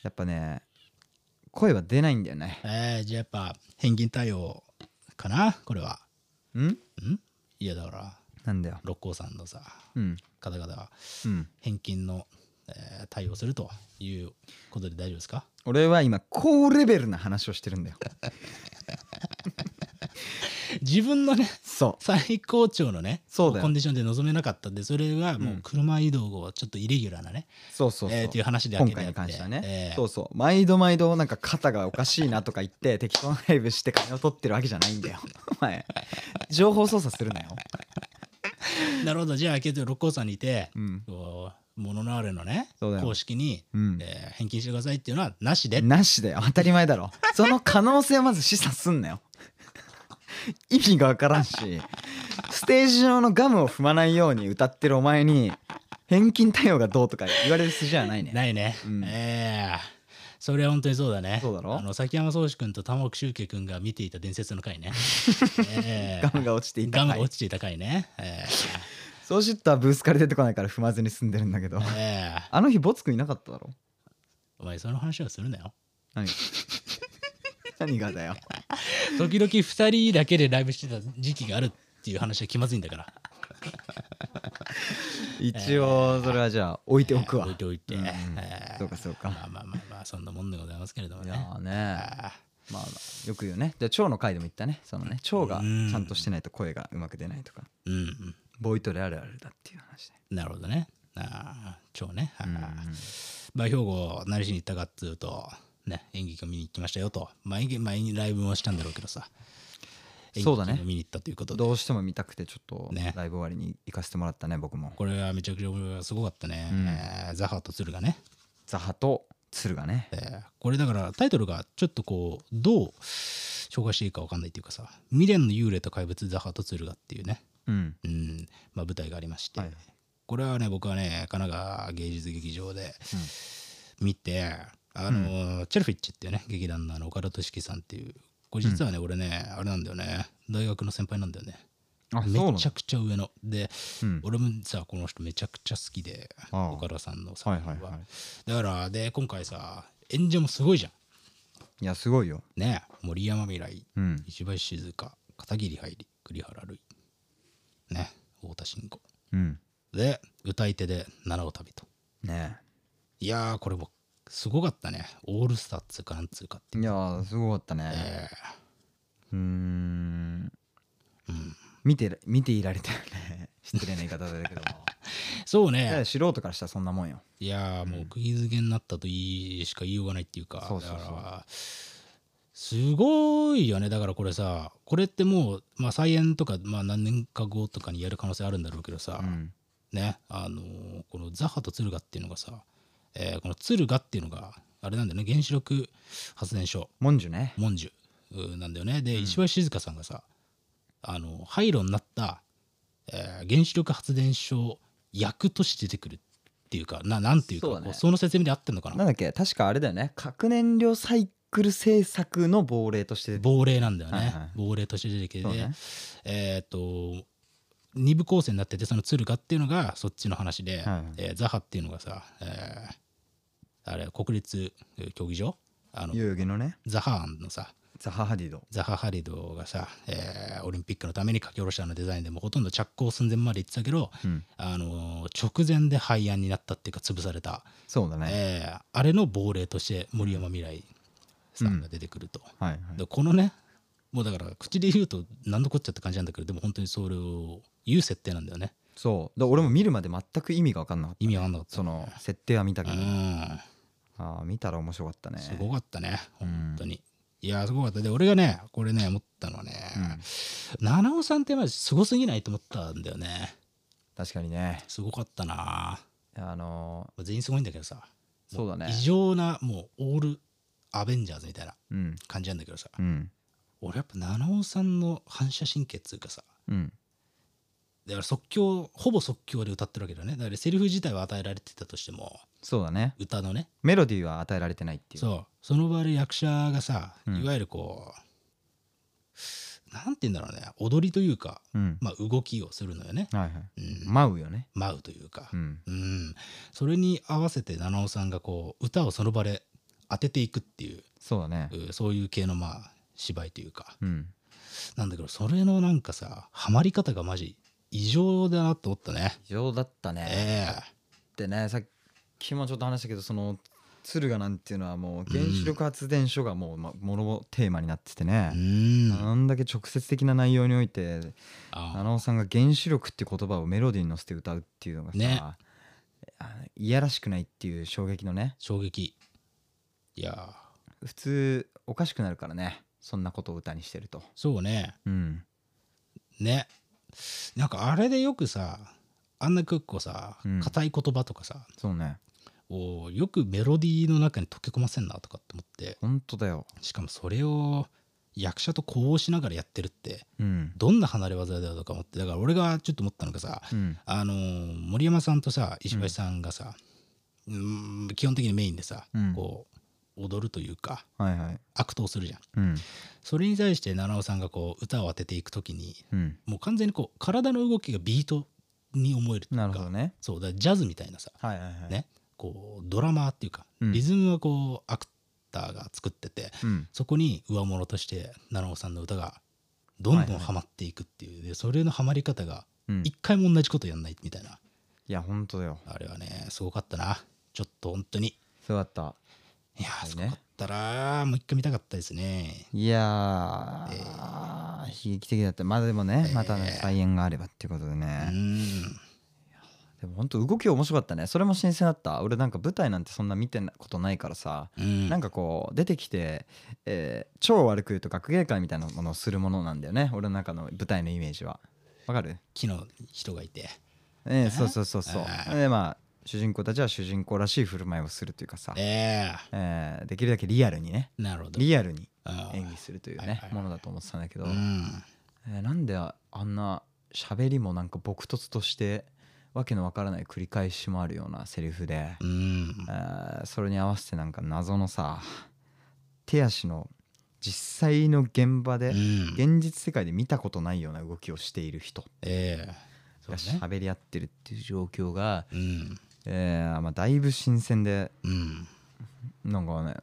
[SPEAKER 3] やっぱね声は出ないんだよね
[SPEAKER 2] ええじゃあやっぱ返金対応かなこれは。
[SPEAKER 3] ん
[SPEAKER 2] いやだから
[SPEAKER 3] なんだよ
[SPEAKER 2] 六甲山のさ
[SPEAKER 3] うん
[SPEAKER 2] 方々は
[SPEAKER 3] うん
[SPEAKER 2] 返金の、えー対応するということで大丈夫ですか
[SPEAKER 3] 俺は今高レベルな話をしてるんだよ
[SPEAKER 2] 自分のね
[SPEAKER 3] そう
[SPEAKER 2] 最高潮のね
[SPEAKER 3] そうだよ
[SPEAKER 2] コンディションで臨めなかったんでそれがもう
[SPEAKER 3] うん
[SPEAKER 2] 車移動後ちょっとイレギュラーなね、
[SPEAKER 3] そうそうそう、
[SPEAKER 2] えーっていう話で
[SPEAKER 3] 今
[SPEAKER 2] て
[SPEAKER 3] 回に関してはね、
[SPEAKER 2] えー
[SPEAKER 3] そうそう毎度毎度なんか肩がおかしいなとか言って適当なライブして金を取ってるわけじゃないんだよお前情報操作するなよ
[SPEAKER 2] なるほどじゃあけど六甲山にいて、
[SPEAKER 3] うん
[SPEAKER 2] こうモノナーレのね
[SPEAKER 3] そうだよ
[SPEAKER 2] 公式に、
[SPEAKER 3] うん
[SPEAKER 2] えー返金してくださいっていうのはなしで、
[SPEAKER 3] なしだよ当たり前だろその可能性をまず示唆すんなよ意味がわからんしステージ上のガムを踏まないように歌ってるお前に返金対応がどうとか言われる筋じゃないね
[SPEAKER 2] ないね、
[SPEAKER 3] うん
[SPEAKER 2] ええそれは本当にそうだね
[SPEAKER 3] そうだろ
[SPEAKER 2] あの崎山宗志君と玉置周慶君が見ていた伝説の回 ね、ええ
[SPEAKER 3] ガムが落ちてい
[SPEAKER 2] ガ
[SPEAKER 3] た
[SPEAKER 2] ム
[SPEAKER 3] か
[SPEAKER 2] が
[SPEAKER 3] い
[SPEAKER 2] 落ちていた回ね。え
[SPEAKER 3] そうシットはブースから出てこないから踏まずに済んでるんだけど
[SPEAKER 2] ーえー
[SPEAKER 3] あの日ボツくんいなかっただろ
[SPEAKER 2] お前その話はするなよ。
[SPEAKER 3] 何何がだよ
[SPEAKER 2] 時々2人だけでライブしてた時期があるっていう話は気まずいんだから。
[SPEAKER 3] 一応それはじゃあ置いておくわ、
[SPEAKER 2] 置いておいて。
[SPEAKER 3] うん
[SPEAKER 2] えー
[SPEAKER 3] そうかそう
[SPEAKER 2] ま
[SPEAKER 3] か
[SPEAKER 2] あまあまあまあそんなもんでございますけれども
[SPEAKER 3] い
[SPEAKER 2] ね
[SPEAKER 3] や。ーね
[SPEAKER 2] あ
[SPEAKER 3] まあまあよく言うねじゃあ腸の回でも言ったねそのね腸が
[SPEAKER 2] うん
[SPEAKER 3] ちゃんとしてないと声がうまく出ないとか
[SPEAKER 2] ーうん
[SPEAKER 3] ボイトレあるあるだっていう話ね
[SPEAKER 2] うん。なるほどね。ああ、超ね。は
[SPEAKER 3] うん
[SPEAKER 2] あまあ兵庫何しに行ったかっつうと、ね、演劇を見に行きましたよと。まあ演劇、前にライブもしたんだろうけどさ。
[SPEAKER 3] そうだね
[SPEAKER 2] 演劇を見に行ったということで。
[SPEAKER 3] どうしても見たくてちょっと
[SPEAKER 2] ね
[SPEAKER 3] ライブ終わりに行かせてもらったね僕も
[SPEAKER 2] これはめちゃくちゃすごかったね。
[SPEAKER 3] うん
[SPEAKER 2] えーザハと鶴がね。
[SPEAKER 3] ザハと鶴がね
[SPEAKER 2] えーこれだからタイトルがちょっとこうどう紹介していいか分かんないっていうかさ「未練の幽霊と怪物ザハとツルガ」っていうね、
[SPEAKER 3] うん
[SPEAKER 2] うんまあ、舞台がありまして、
[SPEAKER 3] はいはい
[SPEAKER 2] これはね僕はね神奈川芸術劇場で見て、あのーチェルフィッチっていうね劇団のあの岡田敏樹さんっていうこれ実はね、俺ねあれなんだよね大学の先輩なんだよね
[SPEAKER 3] あそうな
[SPEAKER 2] め
[SPEAKER 3] の
[SPEAKER 2] ちゃくちゃ上ので、
[SPEAKER 3] うん
[SPEAKER 2] 俺もさこの人めちゃくちゃ好きで
[SPEAKER 3] ああ
[SPEAKER 2] 岡田さんの作
[SPEAKER 3] はい
[SPEAKER 2] 品
[SPEAKER 3] は
[SPEAKER 2] は,、
[SPEAKER 3] いはい
[SPEAKER 2] だからで今回さ演者もすごいじゃん
[SPEAKER 3] いやすごいよ
[SPEAKER 2] ね森山未来
[SPEAKER 3] うん
[SPEAKER 2] 石橋静香片桐入り栗原類ね太田慎吾
[SPEAKER 3] うん
[SPEAKER 2] で歌い手で七尾旅と
[SPEAKER 3] ね
[SPEAKER 2] いやーこれもすごかったねオールスターっつうかなんつうかって
[SPEAKER 3] えいやーすごかったね
[SPEAKER 2] え
[SPEAKER 3] うーん見てら見ていられたよね失礼な言い方だ けども
[SPEAKER 2] ーそう
[SPEAKER 3] いや
[SPEAKER 2] ね
[SPEAKER 3] 素人からしたらそんなもんよ
[SPEAKER 2] いやーもう釘付けになったといいしか言いようがないっていうか
[SPEAKER 3] そうそうそう
[SPEAKER 2] だからすごいよねだからこれさこれってもう、まあ、再演とか、まあ、何年か後とかにやる可能性あるんだろうけどさ、
[SPEAKER 3] うん
[SPEAKER 2] ねあのーこのザハとツルガっていうのがさ、えーこのツルガっていうのがあれなんだよね原子力発電所
[SPEAKER 3] モンジュね
[SPEAKER 2] モンジュなんだよねで、石橋静香さんがさあの廃炉になった、えー原子力発電所役として出てくるっていうかななんていうか
[SPEAKER 3] そう
[SPEAKER 2] こ
[SPEAKER 3] だ
[SPEAKER 2] う
[SPEAKER 3] ね
[SPEAKER 2] そ,、の説明で合ってんのか
[SPEAKER 3] な
[SPEAKER 2] なん
[SPEAKER 3] だっけ確かあれだよね核燃料サイクル政策の亡霊として
[SPEAKER 2] 亡霊なんだよね、
[SPEAKER 3] はいはい
[SPEAKER 2] 亡霊として出てきて、
[SPEAKER 3] そうね
[SPEAKER 2] えーっ、と二部構成になっててその鶴賀っていうのがそっちの話で、
[SPEAKER 3] はい
[SPEAKER 2] えーザハっていうのがさ、えーあれ国立競技場あの
[SPEAKER 3] 代々木のね
[SPEAKER 2] ザハーンのさ
[SPEAKER 3] ザハ・ハディド
[SPEAKER 2] ザハハリドがさ、えーオリンピックのために書き下ろしたあのデザインでもうほとんど着工寸前まで行ってたけど、
[SPEAKER 3] うん
[SPEAKER 2] あのー直前で廃案になったっていうか潰された、
[SPEAKER 3] そうだね
[SPEAKER 2] えーあれの亡霊として森山未来さんが出てくると。
[SPEAKER 3] はいはい
[SPEAKER 2] でこのねもうだから口で言うと何のこっちゃって感じなんだけどでも本当にそれを言う設定なんだよね
[SPEAKER 3] そうだ俺も見るまで全く意味が分かんなかっ
[SPEAKER 2] 意味わかんなかった
[SPEAKER 3] その設定は見たけ
[SPEAKER 2] う
[SPEAKER 3] ど
[SPEAKER 2] ん
[SPEAKER 3] ああ見たら面白かったね
[SPEAKER 2] すごかったね
[SPEAKER 3] うん
[SPEAKER 2] 本当に、いやーすごかったで俺がねこれね思ったのはね、
[SPEAKER 3] うん
[SPEAKER 2] 七尾さんってまジすごすぎないと思ったんだよね
[SPEAKER 3] 確かにね
[SPEAKER 2] すごかったな
[SPEAKER 3] あの
[SPEAKER 2] 全員すごいんだけどさ
[SPEAKER 3] ーそうだね
[SPEAKER 2] 異常なもうオールアベンジャーズみたいな
[SPEAKER 3] うん
[SPEAKER 2] 感じなんだけどさ
[SPEAKER 3] うん
[SPEAKER 2] 俺やっぱ七尾さんの反射神経っつうかさ
[SPEAKER 3] うん
[SPEAKER 2] だから即興ほぼ即興で歌ってるわけだよねだからセリフ自体は与えられてたとしても
[SPEAKER 3] そうだね
[SPEAKER 2] 歌のね
[SPEAKER 3] メロディーは与えられてないっていう
[SPEAKER 2] そうその場合役者がさ、
[SPEAKER 3] うん
[SPEAKER 2] いわゆるこうなんて言うんだろうね踊りというか、
[SPEAKER 3] うん
[SPEAKER 2] まあ、動きをするのよね、
[SPEAKER 3] はいはい
[SPEAKER 2] うん、
[SPEAKER 3] 舞うよね
[SPEAKER 2] 舞うというか
[SPEAKER 3] う、ん
[SPEAKER 2] うんそれに合わせて七尾さんがこう歌をその場で当てていくっていう
[SPEAKER 3] そうだね
[SPEAKER 2] うんそういう系のまあ芝居というか
[SPEAKER 3] うん
[SPEAKER 2] なんだけどそれのなんかさハマり方がマジ異常だなと思ったね
[SPEAKER 3] 異常だったね
[SPEAKER 2] え
[SPEAKER 3] ってねさっきもちょっと話したけどその敦賀なんていうのはもう原子力発電所がもうまもろテーマになってて
[SPEAKER 2] え
[SPEAKER 3] ね
[SPEAKER 2] うん
[SPEAKER 3] あんだけ直接的な内容において
[SPEAKER 2] あ
[SPEAKER 3] 七尾さんが原子力って言葉をメロディーに乗せて歌うっていうのがさ、
[SPEAKER 2] ね
[SPEAKER 3] あいやらしくないっていう衝撃のね
[SPEAKER 2] 衝撃いやー
[SPEAKER 3] 普通おかしくなるからねそんなことを歌にしてると
[SPEAKER 2] そうね
[SPEAKER 3] うん
[SPEAKER 2] ねなんかあれでよくさあんな結構さ
[SPEAKER 3] うん
[SPEAKER 2] 硬い言葉とかさ、
[SPEAKER 3] そうね
[SPEAKER 2] をよくメロディーの中に溶け込ませんなとかって思って
[SPEAKER 3] 本当だよ
[SPEAKER 2] しかもそれを役者と呼応しながらやってるって
[SPEAKER 3] うん
[SPEAKER 2] どんな離れ技だよとか思ってだから俺がちょっと思ったのがさ
[SPEAKER 3] うん
[SPEAKER 2] あのー森山さんとさ石橋さんがさ、うーん基本的にメインでさ、
[SPEAKER 3] うん
[SPEAKER 2] こう踊るというか
[SPEAKER 3] はいはい
[SPEAKER 2] 悪闘するじゃん
[SPEAKER 3] うん
[SPEAKER 2] それに対して七尾さんがこう歌を当てていく時に
[SPEAKER 3] うん
[SPEAKER 2] もう完全にこう体の動きがビートに思えるというか
[SPEAKER 3] なるほどね
[SPEAKER 2] そうだからジャズみたいなさ
[SPEAKER 3] はいはいはい
[SPEAKER 2] ねこうドラマーっていうか
[SPEAKER 3] うん
[SPEAKER 2] リズムはこうアクターが作ってて、
[SPEAKER 3] うん
[SPEAKER 2] そこに上物として七尾さんの歌がどん
[SPEAKER 3] はい
[SPEAKER 2] ど
[SPEAKER 3] は
[SPEAKER 2] ん
[SPEAKER 3] い
[SPEAKER 2] ハマっていくっていう、でそれのハマり方が
[SPEAKER 3] うんい
[SPEAKER 2] 一回も同じことやんないみたいな、
[SPEAKER 3] や本当だよ
[SPEAKER 2] あれはねすごかったなちょっと本当に
[SPEAKER 3] そうだった
[SPEAKER 2] いやー
[SPEAKER 3] はいね
[SPEAKER 2] すごかったなもう一回見たかったですね
[SPEAKER 3] いやー、悲劇的だったまだでもね、またね再演があればっていうことで
[SPEAKER 2] う
[SPEAKER 3] ね、
[SPEAKER 2] ん
[SPEAKER 3] でも本当動き面白かったねそれも新鮮だった俺なんか舞台なんてそんな見てなことないからさ、
[SPEAKER 2] うん
[SPEAKER 3] なんかこう出てきて、えー超悪く言うと学芸会みたいなものをするものなんだよね俺の中の舞台のイメージはわかる
[SPEAKER 2] 木の人がいて
[SPEAKER 3] ええそうそうそうそう
[SPEAKER 2] あ
[SPEAKER 3] でまあ主人公たちは主人公らしい振る舞いをするというかさ、え
[SPEAKER 2] え
[SPEAKER 3] ーできるだけリアルにね
[SPEAKER 2] えなるほど
[SPEAKER 3] リアルに
[SPEAKER 2] うん
[SPEAKER 3] 演技するという
[SPEAKER 2] はい
[SPEAKER 3] ね
[SPEAKER 2] はいはい
[SPEAKER 3] ものだと思ってたんだけど、
[SPEAKER 2] うん
[SPEAKER 3] えーなんでああんな喋りもなんか朴突としてわけのわからない繰り返しもあるようなセリフで、
[SPEAKER 2] うん
[SPEAKER 3] えーそれに合わせてなんか謎のさ手足の実際の現場で、
[SPEAKER 2] うん
[SPEAKER 3] 現実世界で見たことないような動きをしている人
[SPEAKER 2] ええ
[SPEAKER 3] が
[SPEAKER 2] そうね
[SPEAKER 3] 喋り合ってるっていう状況が、
[SPEAKER 2] うん
[SPEAKER 3] えーまあ、だいぶ新鮮で
[SPEAKER 2] うん
[SPEAKER 3] なんかね、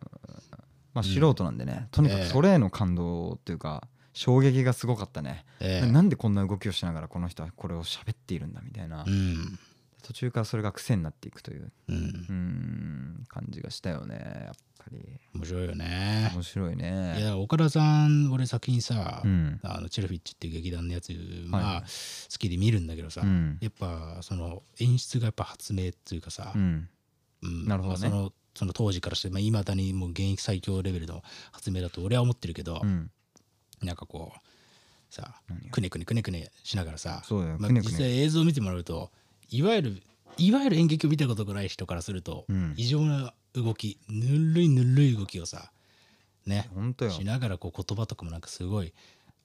[SPEAKER 3] まあ、素人なんでね、とにか
[SPEAKER 2] え
[SPEAKER 3] く
[SPEAKER 2] え
[SPEAKER 3] それへの感動っていうか衝撃がすごかったね。
[SPEAKER 2] え
[SPEAKER 3] な
[SPEAKER 2] え
[SPEAKER 3] なんでこんな動きをしながらこの人はこれを喋っているんだみたいな、
[SPEAKER 2] うん
[SPEAKER 3] 途中からそれが癖になっていくという
[SPEAKER 2] うん
[SPEAKER 3] うーん感じがしたよねやっぱり
[SPEAKER 2] 面白いよね
[SPEAKER 3] 面白い
[SPEAKER 2] い
[SPEAKER 3] ね
[SPEAKER 2] や岡田さん俺作品さ、
[SPEAKER 3] うん
[SPEAKER 2] あのチェルフィッチっていう劇団のやつ、まあ、好きで見るんだけどさ、
[SPEAKER 3] うん
[SPEAKER 2] やっぱその演出がやっぱ発明っていうかさ、
[SPEAKER 3] うん
[SPEAKER 2] うん
[SPEAKER 3] なるほど
[SPEAKER 2] そ
[SPEAKER 3] ね
[SPEAKER 2] のその当時からしていまあ、未だにもう現役最強レベルの発明だと俺は思ってるけど
[SPEAKER 3] う、ん
[SPEAKER 2] なんかこうさ
[SPEAKER 3] 何が
[SPEAKER 2] くねくねくねくねしながらさ、
[SPEAKER 3] そうだよ
[SPEAKER 2] まあ
[SPEAKER 3] くねく
[SPEAKER 2] 実
[SPEAKER 3] ね
[SPEAKER 2] 際映像を見てもらうといわゆるいわゆる演劇を見たことがない人からすると、
[SPEAKER 3] うん
[SPEAKER 2] 異常な動きぬるいぬるい動きをさね
[SPEAKER 3] 本当よ
[SPEAKER 2] しながらこう言葉とかもなんかすごい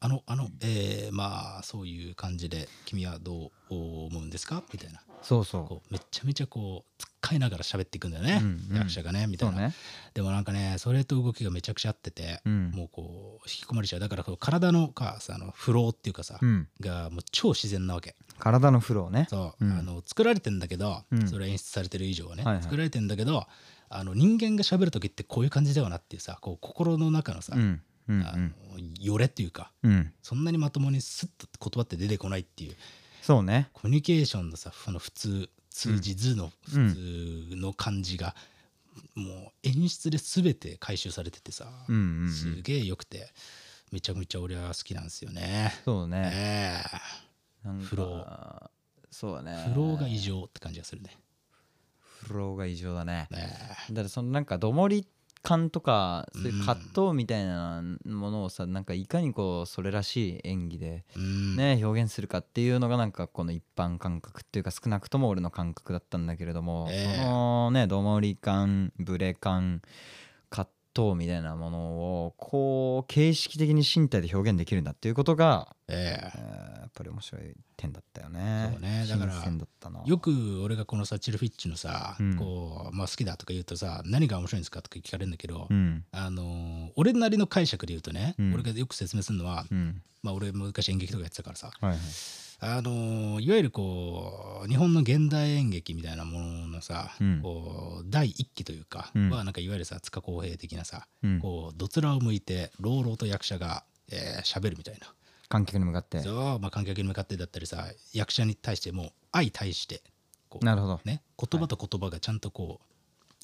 [SPEAKER 2] あのあの、えーまあそういう感じで君はどう思うんですかみたいな
[SPEAKER 3] そうそ
[SPEAKER 2] こうめちゃめちゃこうつっかえながら喋っていくんだよね、
[SPEAKER 3] うんうん
[SPEAKER 2] 役者がねみ
[SPEAKER 3] う
[SPEAKER 2] た
[SPEAKER 3] そ
[SPEAKER 2] いうな、
[SPEAKER 3] ね
[SPEAKER 2] でもなんかねそれと動きがめちゃくちゃ合ってて、
[SPEAKER 3] うん
[SPEAKER 2] もうこう引き込まれちゃうだからこう体のかさあのフローっていうかさ、
[SPEAKER 3] うん
[SPEAKER 2] がもう超自然なわけ
[SPEAKER 3] 体のフローね
[SPEAKER 2] そう、
[SPEAKER 3] うん
[SPEAKER 2] あの作られてんだけど、
[SPEAKER 3] うん
[SPEAKER 2] それ演出されてる以上はね、
[SPEAKER 3] はいはい
[SPEAKER 2] 作られてんだけどあの人間が喋る時ってこういう感じだよなっていうさこう心の中のさ、
[SPEAKER 3] うんうんう
[SPEAKER 2] あの
[SPEAKER 3] ん
[SPEAKER 2] よれっていうか
[SPEAKER 3] うん
[SPEAKER 2] そんなにまともにスッと言葉って出てこないっていう
[SPEAKER 3] そうね
[SPEAKER 2] コミュニケーションのさこの普通通じ図の普通の感じが、もう演出で全て回収されててさ、
[SPEAKER 3] うんうんうん
[SPEAKER 2] すげえよくてめちゃめちゃ俺は好きなんですよね。
[SPEAKER 3] そうね
[SPEAKER 2] え
[SPEAKER 3] なんか
[SPEAKER 2] フロ
[SPEAKER 3] そうだね
[SPEAKER 2] えフローが異常って感じがするね。
[SPEAKER 3] フフローが異常だね
[SPEAKER 2] ね
[SPEAKER 3] だからそのなんかどもり感とかそういう葛藤みたいなものをさなんかいかにこうそれらしい演技で
[SPEAKER 2] うん
[SPEAKER 3] ね表現するかっていうのがなんかこの一般感覚っていうか少なくとも俺の感覚だったんだけれども
[SPEAKER 2] ええ
[SPEAKER 3] このねどもり感ブレ感葛藤みたいなものをこう形式的に身体で表現できるんだっていうことが
[SPEAKER 2] ええ
[SPEAKER 3] えーやっぱり面白い点だったよね。
[SPEAKER 2] そうねだから
[SPEAKER 3] 新鮮だったな
[SPEAKER 2] よく俺がこのサチルフィッチのさ、
[SPEAKER 3] うん
[SPEAKER 2] こうまあ、好きだとか言うとさ何が面白いんですかとか聞かれるんだけど、
[SPEAKER 3] うん
[SPEAKER 2] あのー俺なりの解釈で言うとね、
[SPEAKER 3] うん
[SPEAKER 2] 俺がよく説明するのは、
[SPEAKER 3] うん
[SPEAKER 2] まあ、俺昔演劇とかやってたからさ、
[SPEAKER 3] はいはい
[SPEAKER 2] あのーいわゆるこう日本の現代演劇みたいなもののさ、
[SPEAKER 3] うん
[SPEAKER 2] こう第一期というか、
[SPEAKER 3] うん
[SPEAKER 2] はなんかいわゆるさ塚公平的なさ、
[SPEAKER 3] うん
[SPEAKER 2] こうどつらを向いて朗々と役者が喋、えー、喋るみたいな、
[SPEAKER 3] 観客に向かって
[SPEAKER 2] そうまあ、観客に向かってだったりさ役者に対してもう相対してこう
[SPEAKER 3] なるほど
[SPEAKER 2] ね、言葉と言葉がちゃんとこう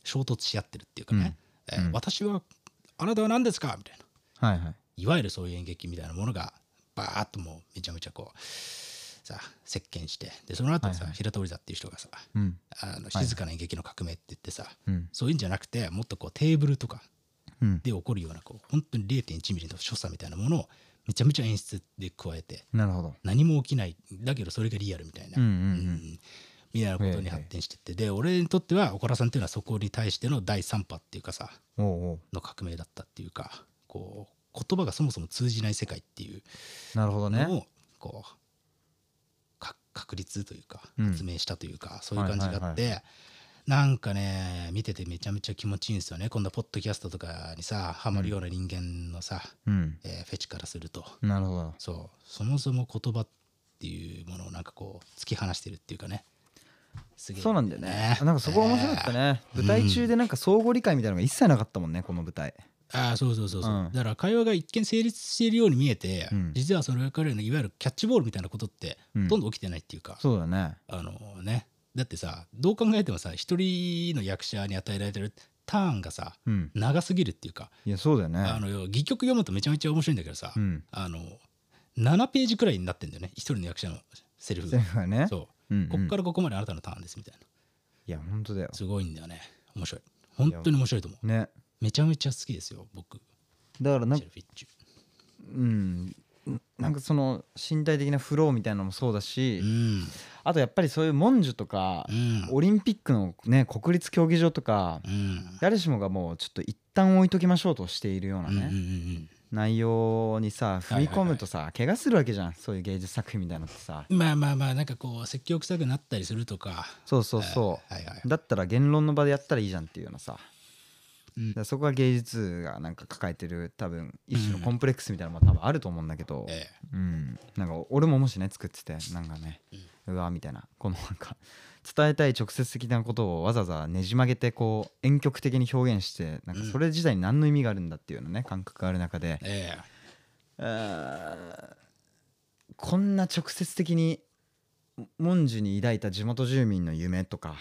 [SPEAKER 2] 衝突し合ってるっていうかね、えー
[SPEAKER 3] うん
[SPEAKER 2] 私はあなたは何ですかみたいな
[SPEAKER 3] はいはい
[SPEAKER 2] いわゆるそういう演劇みたいなものがバーッともうめちゃめちゃこうさ席巻してでその後さ、
[SPEAKER 3] はいはい
[SPEAKER 2] 平戸織座っていう人がさ
[SPEAKER 3] うん
[SPEAKER 2] あの静かな演劇の革命って言ってさ、
[SPEAKER 3] うん
[SPEAKER 2] そういうんじゃなくてもっとこうテーブルとか
[SPEAKER 3] うん
[SPEAKER 2] で起こるようなこう本当に0.1ミリの所作みたいなものをめちゃめちゃ演出で加えて
[SPEAKER 3] なるほど
[SPEAKER 2] 何も起きないだけどそれがリアルみたいな、
[SPEAKER 3] うんう
[SPEAKER 2] うんんみたいなことに発展してって、で俺にとっては岡田さんっていうのはそこに対しての第三波っていうかさ
[SPEAKER 3] うんおうおう
[SPEAKER 2] の革命だったっていうかこう言葉がそもそも通じない世界っていう
[SPEAKER 3] なるほどね
[SPEAKER 2] のをこうか確立というか
[SPEAKER 3] うん
[SPEAKER 2] 発明したというか、そういう感じがあって、なんかね見ててめちゃめちゃ気持ちいいんですよねこんなポッドキャストとかにさハマるような人間のさ、
[SPEAKER 3] うん
[SPEAKER 2] えーフェチからすると
[SPEAKER 3] なるほど
[SPEAKER 2] そうそもそも言葉っていうものをなんかこう突き放してるっていうかねすげえ
[SPEAKER 3] そうなんだよねなんかそこ面白かった、
[SPEAKER 2] えー
[SPEAKER 3] ね舞台中でなんか相互理解みたいなのが一切なかったもんねこの舞台
[SPEAKER 2] ああそうそうそうそう、
[SPEAKER 3] うん
[SPEAKER 2] だから会話が一見成立しているように見えて、
[SPEAKER 3] うん
[SPEAKER 2] 実はその彼らのいわゆるキャッチボールみたいなことって
[SPEAKER 3] うん
[SPEAKER 2] ほとんど起きてないっていうか、
[SPEAKER 3] そうだね
[SPEAKER 2] あのねだってさどう考えてもさ一人の役者に与えられてるターンがさ
[SPEAKER 3] うん
[SPEAKER 2] 長すぎるっていうか、
[SPEAKER 3] いやそうだよ
[SPEAKER 2] あ
[SPEAKER 3] ね
[SPEAKER 2] の戯曲読むとめちゃめちゃ面白いんだけどさ、
[SPEAKER 3] うん
[SPEAKER 2] あの7ページくらいになってんだよね一人の役者のセリフ
[SPEAKER 3] そ
[SPEAKER 2] が
[SPEAKER 3] うだね
[SPEAKER 2] そううんこっかららここまであなたのターンですみたいな
[SPEAKER 3] や本当だよ
[SPEAKER 2] すごいんだよね面白い本当に面白いと思う
[SPEAKER 3] ね
[SPEAKER 2] めちゃめちゃ好きですよ僕
[SPEAKER 3] だからなん
[SPEAKER 2] シェ
[SPEAKER 3] か
[SPEAKER 2] ルフィッチ
[SPEAKER 3] うんなんかその身体的なフローみたいなのもそうだ
[SPEAKER 2] ュ
[SPEAKER 3] し
[SPEAKER 2] うん
[SPEAKER 3] あとやっぱりそういう文殊とか
[SPEAKER 2] うん
[SPEAKER 3] オリンピックのね国立競技場とか
[SPEAKER 2] うん
[SPEAKER 3] 誰しもがもうちょっと一旦置いときましょうとしているような
[SPEAKER 2] うんうんう
[SPEAKER 3] ね
[SPEAKER 2] ん
[SPEAKER 3] 内容にさ
[SPEAKER 2] いはい
[SPEAKER 3] 踏み込むとさ怪我するわけじゃんそういう芸術作品みたいなのってさ
[SPEAKER 2] うんまあまあまあなんかこう説教臭くなったりするとか
[SPEAKER 3] そうそうそ
[SPEAKER 2] はいはいう
[SPEAKER 3] だったら言論の場でやったらいいじゃんっていうようなさ
[SPEAKER 2] うん
[SPEAKER 3] だからそこが芸術がなんか抱えてる多分一種のコンプレックスみたいなのも多分あると思うんだけど
[SPEAKER 2] ええ
[SPEAKER 3] うんなんか俺ももしね作っててなんかねうわみたいなこのなんか伝えたい直接的なことをわざわざねじ曲げてこう婉曲的に表現してなんかそれ自体に何の意味があるんだっていうようなね感覚がある中で
[SPEAKER 2] ええ
[SPEAKER 3] あーこんな直接的に文殊に抱いた地元住民の夢とか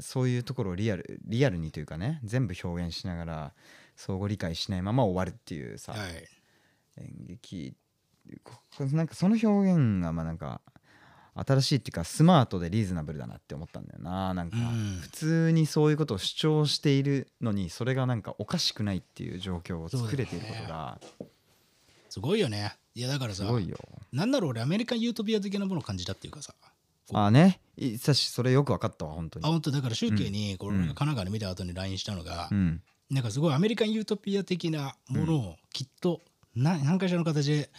[SPEAKER 3] そういうところをリアルリアルにというかね全部表現しながら相互理解しないまま終わるっていうさ、
[SPEAKER 2] はい
[SPEAKER 3] 演劇ここなんかその表現がまあなんか新しいっていうかスマートでリーズナブルだなって思ったんだよななんか
[SPEAKER 2] うん
[SPEAKER 3] 普通にそういうことを主張しているのにそれがなんかおかしくないっていう状況を作れていることが
[SPEAKER 2] すごいよねいやだから
[SPEAKER 3] す
[SPEAKER 2] さ
[SPEAKER 3] ごいよ。
[SPEAKER 2] なんだろう俺アメリカンユートピア的なものを感じたっていうかさ
[SPEAKER 3] ああねいさしそれよく分かったわ本当
[SPEAKER 2] あ
[SPEAKER 3] に。
[SPEAKER 2] 本当だから集計にこれ
[SPEAKER 3] うん
[SPEAKER 2] 俺が神奈川で見た後に LINE したのが、
[SPEAKER 3] うん
[SPEAKER 2] なんかすごいアメリカンユートピア的なものをきっと何何かしらの形で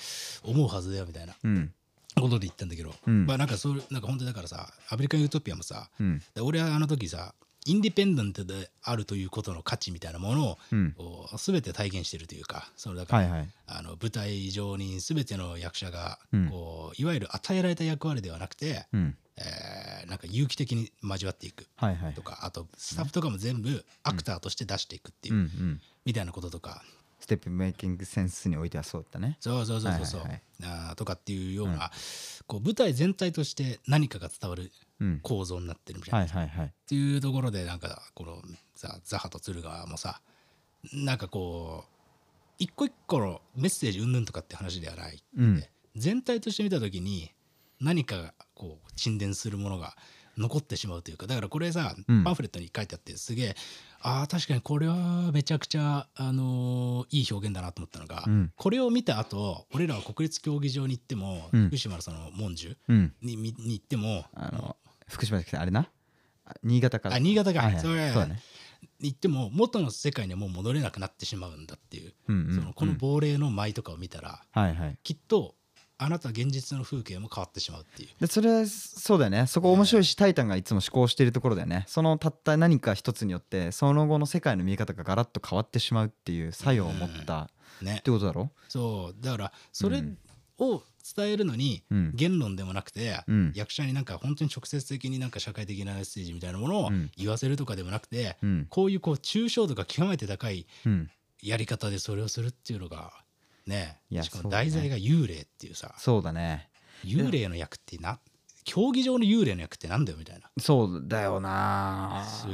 [SPEAKER 2] 思うはずだよみたいな
[SPEAKER 3] うん
[SPEAKER 2] ことで言ったんだけど、
[SPEAKER 3] うん
[SPEAKER 2] まあなんかそうなんか本当だからさアメリカンユートピアもさ
[SPEAKER 3] うん
[SPEAKER 2] で俺はあの時さインディペンデントであるということの価値みたいなものを
[SPEAKER 3] うん
[SPEAKER 2] こう全て体現してるというかそのだから、
[SPEAKER 3] はいはい
[SPEAKER 2] あの舞台上に全ての役者が
[SPEAKER 3] うん
[SPEAKER 2] こういわゆる与えられた役割ではなくて、
[SPEAKER 3] うん
[SPEAKER 2] えーなんか有機的に交わっていく
[SPEAKER 3] はいはい
[SPEAKER 2] とかあとスタッフとかも全部アクターとして出していくっていうう、
[SPEAKER 3] んうん
[SPEAKER 2] みたいなこととか
[SPEAKER 3] ステップメイキングセンスにおいてはそうだったね。
[SPEAKER 2] そうそうそうそうそう、
[SPEAKER 3] はいはい
[SPEAKER 2] あーとかっていうような、こう舞台全体として何かが伝わる
[SPEAKER 3] うん
[SPEAKER 2] 構造になってるみたいな、
[SPEAKER 3] はいはいはい。
[SPEAKER 2] っていうところでなんかこのさザハと鶴川もさなんかこう一個一個のメッセージ云々とかって話ではない、
[SPEAKER 3] うん
[SPEAKER 2] 全体として見た時に何かがこう沈殿するものが残ってしまうというかだからこれさ、
[SPEAKER 3] うん
[SPEAKER 2] パンフレットに書いてあってすげえあー確かにこれはめちゃくちゃ、あのーいい表現だなと思ったのが、
[SPEAKER 3] うん
[SPEAKER 2] これを見た後俺らは国立競技場に行っても、
[SPEAKER 3] うん
[SPEAKER 2] 福島のその文殊
[SPEAKER 3] うん
[SPEAKER 2] に見に行っても
[SPEAKER 3] あの福島で来たあれなあ新潟から
[SPEAKER 2] あ新潟か、
[SPEAKER 3] はいはい
[SPEAKER 2] そう
[SPEAKER 3] そうだね
[SPEAKER 2] 行っても元の世界にはもう戻れなくなってしまうんだっていう、
[SPEAKER 3] うんうん
[SPEAKER 2] そのこの亡霊の舞とかを見たら、
[SPEAKER 3] はいはい
[SPEAKER 2] きっとあなた現実の風景も変わってしまうっていう
[SPEAKER 3] でそれそうだよねそこ面白いし、タイタンがいつも思考しているところだよねそのたった何か一つによってその後の世界の見え方がガラッと変わってしまうっていう作用を持ったっ
[SPEAKER 2] ね
[SPEAKER 3] てことだろ
[SPEAKER 2] そうだからそれ
[SPEAKER 3] うん
[SPEAKER 2] を伝えるのに
[SPEAKER 3] うん
[SPEAKER 2] 言論でもなくて、
[SPEAKER 3] うん
[SPEAKER 2] 役者になんか本当に直接的になんか社会的なメッセージみたいなものを
[SPEAKER 3] うん
[SPEAKER 2] 言わせるとかでもなくて、
[SPEAKER 3] うん
[SPEAKER 2] こういうこう抽象度が極めて高い
[SPEAKER 3] うん
[SPEAKER 2] やり方でそれをするっていうのがね
[SPEAKER 3] いや
[SPEAKER 2] しか
[SPEAKER 3] そ
[SPEAKER 2] も
[SPEAKER 3] うだね
[SPEAKER 2] 題材が幽霊っていうさ
[SPEAKER 3] そうだね
[SPEAKER 2] 幽霊の役ってな競技場の幽霊の役ってなんだよみたいな
[SPEAKER 3] そうだよな
[SPEAKER 2] す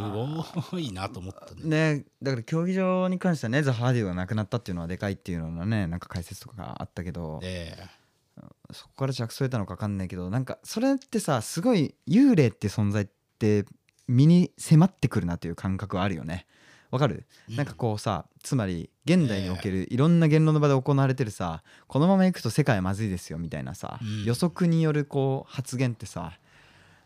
[SPEAKER 2] ごいなと思ったね
[SPEAKER 3] ねだから競技場に関してはねザ・ハーディが亡くなったっていうのはでかいっていうのはねなんか解説とかがあったけど
[SPEAKER 2] で
[SPEAKER 3] そこから着想を得たのか分かんないけどなんかそれってさすごい幽霊って存在って身に迫ってくるなという感覚はあるよねわかる、なんかこうさつまり現代におけるいろんな言論の場で行われてるさこのままいくと世界はまずいですよみたいなさ、
[SPEAKER 2] うん
[SPEAKER 3] 予測によるこう発言ってさ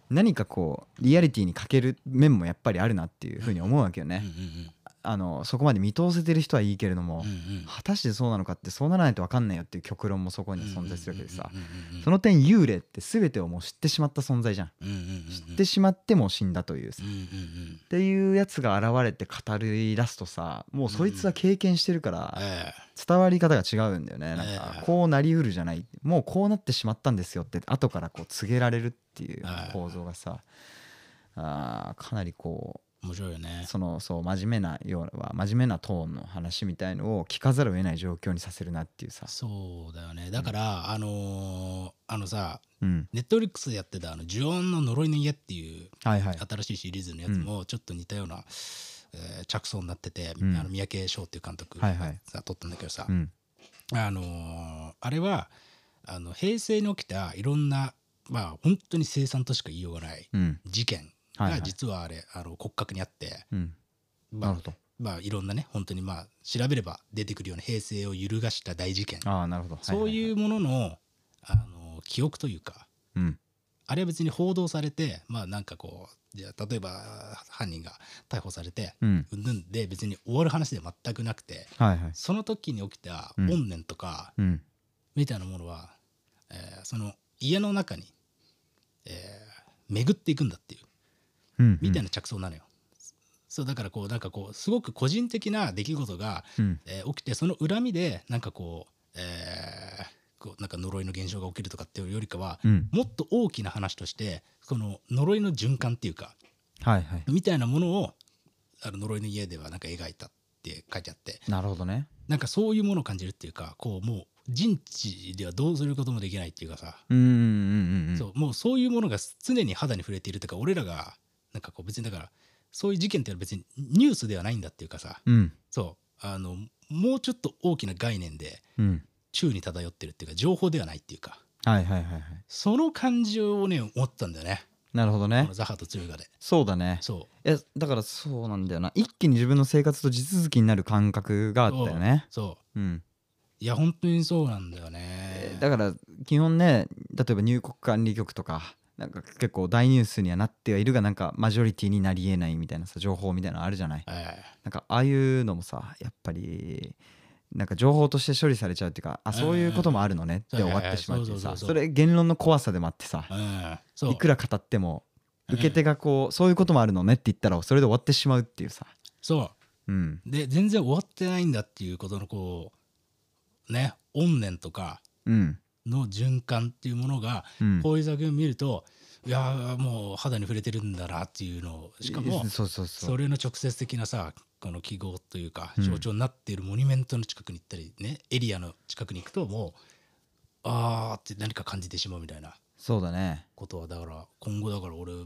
[SPEAKER 3] 何かこうリアリティに欠ける面もやっぱりあるなっていうふうに思うわけよ
[SPEAKER 2] う
[SPEAKER 3] ね。
[SPEAKER 2] んうん
[SPEAKER 3] あのそこまで見通せてる人はいいけれども、
[SPEAKER 2] うんうん
[SPEAKER 3] 果たしてそうなのかってそうならないと分かんないよっていう極論もそこ
[SPEAKER 2] うん
[SPEAKER 3] に存在するわけでさ
[SPEAKER 2] うんうんうん
[SPEAKER 3] その点幽霊って全てをもう知ってしまった存在じゃん
[SPEAKER 2] うんうんうんうん
[SPEAKER 3] 知ってしまってもう死んだというさ
[SPEAKER 2] うんうんうん
[SPEAKER 3] っていうやつが現れて語り出すとさもうそいつは経験してるから
[SPEAKER 2] え
[SPEAKER 3] 伝わり方が違うんだよねなん
[SPEAKER 2] え
[SPEAKER 3] か
[SPEAKER 2] え
[SPEAKER 3] こうなりうるじゃないもうこうなってしまったんですよって後からこう告げられるっていう
[SPEAKER 2] はい
[SPEAKER 3] 構造がさあーかなりこう
[SPEAKER 2] え面白いよね
[SPEAKER 3] そのそう真面目なような真面目なトーンの話みたいのを聞かざるを得ない状況にさせるなっていうさ、
[SPEAKER 2] そうだよねだから、あのーあのさ
[SPEAKER 3] うん、
[SPEAKER 2] ネットフリックスでやってた「あの呪音の呪いの家」っていう
[SPEAKER 3] はいはい
[SPEAKER 2] 新しいシリーズのやつもちょっと似たような、えー着想になってて、
[SPEAKER 3] うん
[SPEAKER 2] あの三宅翔っていう監督
[SPEAKER 3] はい
[SPEAKER 2] が
[SPEAKER 3] はい
[SPEAKER 2] さ撮ったんだけどさ、
[SPEAKER 3] うん
[SPEAKER 2] あのーあれはあの平成に起きたいろんなまあ本当に凄惨としか言いようがない
[SPEAKER 3] うん
[SPEAKER 2] 事件
[SPEAKER 3] はいは
[SPEAKER 2] が
[SPEAKER 3] い
[SPEAKER 2] 実はあれ、あの骨格にあって、
[SPEAKER 3] うん
[SPEAKER 2] ま
[SPEAKER 3] な
[SPEAKER 2] あ
[SPEAKER 3] るほど
[SPEAKER 2] まあいろんなね本当にまあ調べれば出てくるような平成を揺るがした大事件
[SPEAKER 3] ああなるほど
[SPEAKER 2] そう
[SPEAKER 3] う
[SPEAKER 2] いうもののあの記憶というか
[SPEAKER 3] うん
[SPEAKER 2] あれは別に報道されてまあなんかこうじゃあ例えば犯人が逮捕されて
[SPEAKER 3] うん
[SPEAKER 2] うんぬんで別に終わる話では全くなくて
[SPEAKER 3] はいはい
[SPEAKER 2] その時に起きた
[SPEAKER 3] うん
[SPEAKER 2] 怨念とか
[SPEAKER 3] うん
[SPEAKER 2] みたいなものは、えーその家の中に、えー巡っていくんだっていう
[SPEAKER 3] うん
[SPEAKER 2] みたいな着想なのよ。そうだからこうなんかこうすごく個人的な出来事が
[SPEAKER 3] うん
[SPEAKER 2] えー起きてその恨みでなんかこう,、えーこうなんか呪いの現象が起きるとかっていうよりかは、
[SPEAKER 3] うん
[SPEAKER 2] もっと大きな話としてこの呪いの循環っていうか
[SPEAKER 3] はいはい
[SPEAKER 2] みたいなものをあの呪いの家ではなんか描いたって書いてあって
[SPEAKER 3] なるほどね
[SPEAKER 2] なんかそういうものを感じるっていうかこうもう人知ではどうすることもできないっていうかさ、
[SPEAKER 3] うんうんうんうん
[SPEAKER 2] そうもうそういうものが常に肌に触れているというか俺らがなんかこう別にだからそういう事件っていうのは別にニュースではないんだっていうかさ
[SPEAKER 3] うん
[SPEAKER 2] そうあのもうちょっと大きな概念で
[SPEAKER 3] うん
[SPEAKER 2] 宙に漂ってるっていうか情報ではないっていうか
[SPEAKER 3] はいはいはいはい
[SPEAKER 2] その感情をね思ったんだよね
[SPEAKER 3] なるほど
[SPEAKER 2] こ
[SPEAKER 3] ね
[SPEAKER 2] のザハとツルガで
[SPEAKER 3] そうだね
[SPEAKER 2] そ
[SPEAKER 3] いやだからそうなんだよな一気に自分の生活と地続きになる感覚があったよね
[SPEAKER 2] うそう
[SPEAKER 3] うん
[SPEAKER 2] いや本当にそうなんだよね
[SPEAKER 3] だから基本ね例えば入国管理局とかなんか結構大ニュースにはなってはいるがなんかマジョリティになりえないみたいなさ情報みたいなのあるじゃない
[SPEAKER 2] え
[SPEAKER 3] なんかああいうのもさやっぱりなんか情報として処理されちゃうっていうかあそういうこともあるのねって終わってしまうっていう
[SPEAKER 2] うん
[SPEAKER 3] さ
[SPEAKER 2] そうそうそうそう
[SPEAKER 3] それ言論の怖さでもあってさ
[SPEAKER 2] えうんそう
[SPEAKER 3] いくら語っても受け手がこうそういうこともあるのねって言ったらそれで終わってしまうっていうさ
[SPEAKER 2] そ
[SPEAKER 3] うん
[SPEAKER 2] うで全然終わってないんだっていうことのこうね怨念とか
[SPEAKER 3] うん
[SPEAKER 2] の循環っていうものが、
[SPEAKER 3] うん
[SPEAKER 2] こういう作品を見るといやーもう肌に触れてるんだなっていうのをしかも
[SPEAKER 3] そうそうそう
[SPEAKER 2] それの直接的なさこの記号というか
[SPEAKER 3] うん
[SPEAKER 2] 象徴になっているモニュメントの近くに行ったりね、エリアの近くに行くともうあーって何か感じてしまうみたいな
[SPEAKER 3] そうだね
[SPEAKER 2] ことはだから今後だから俺もう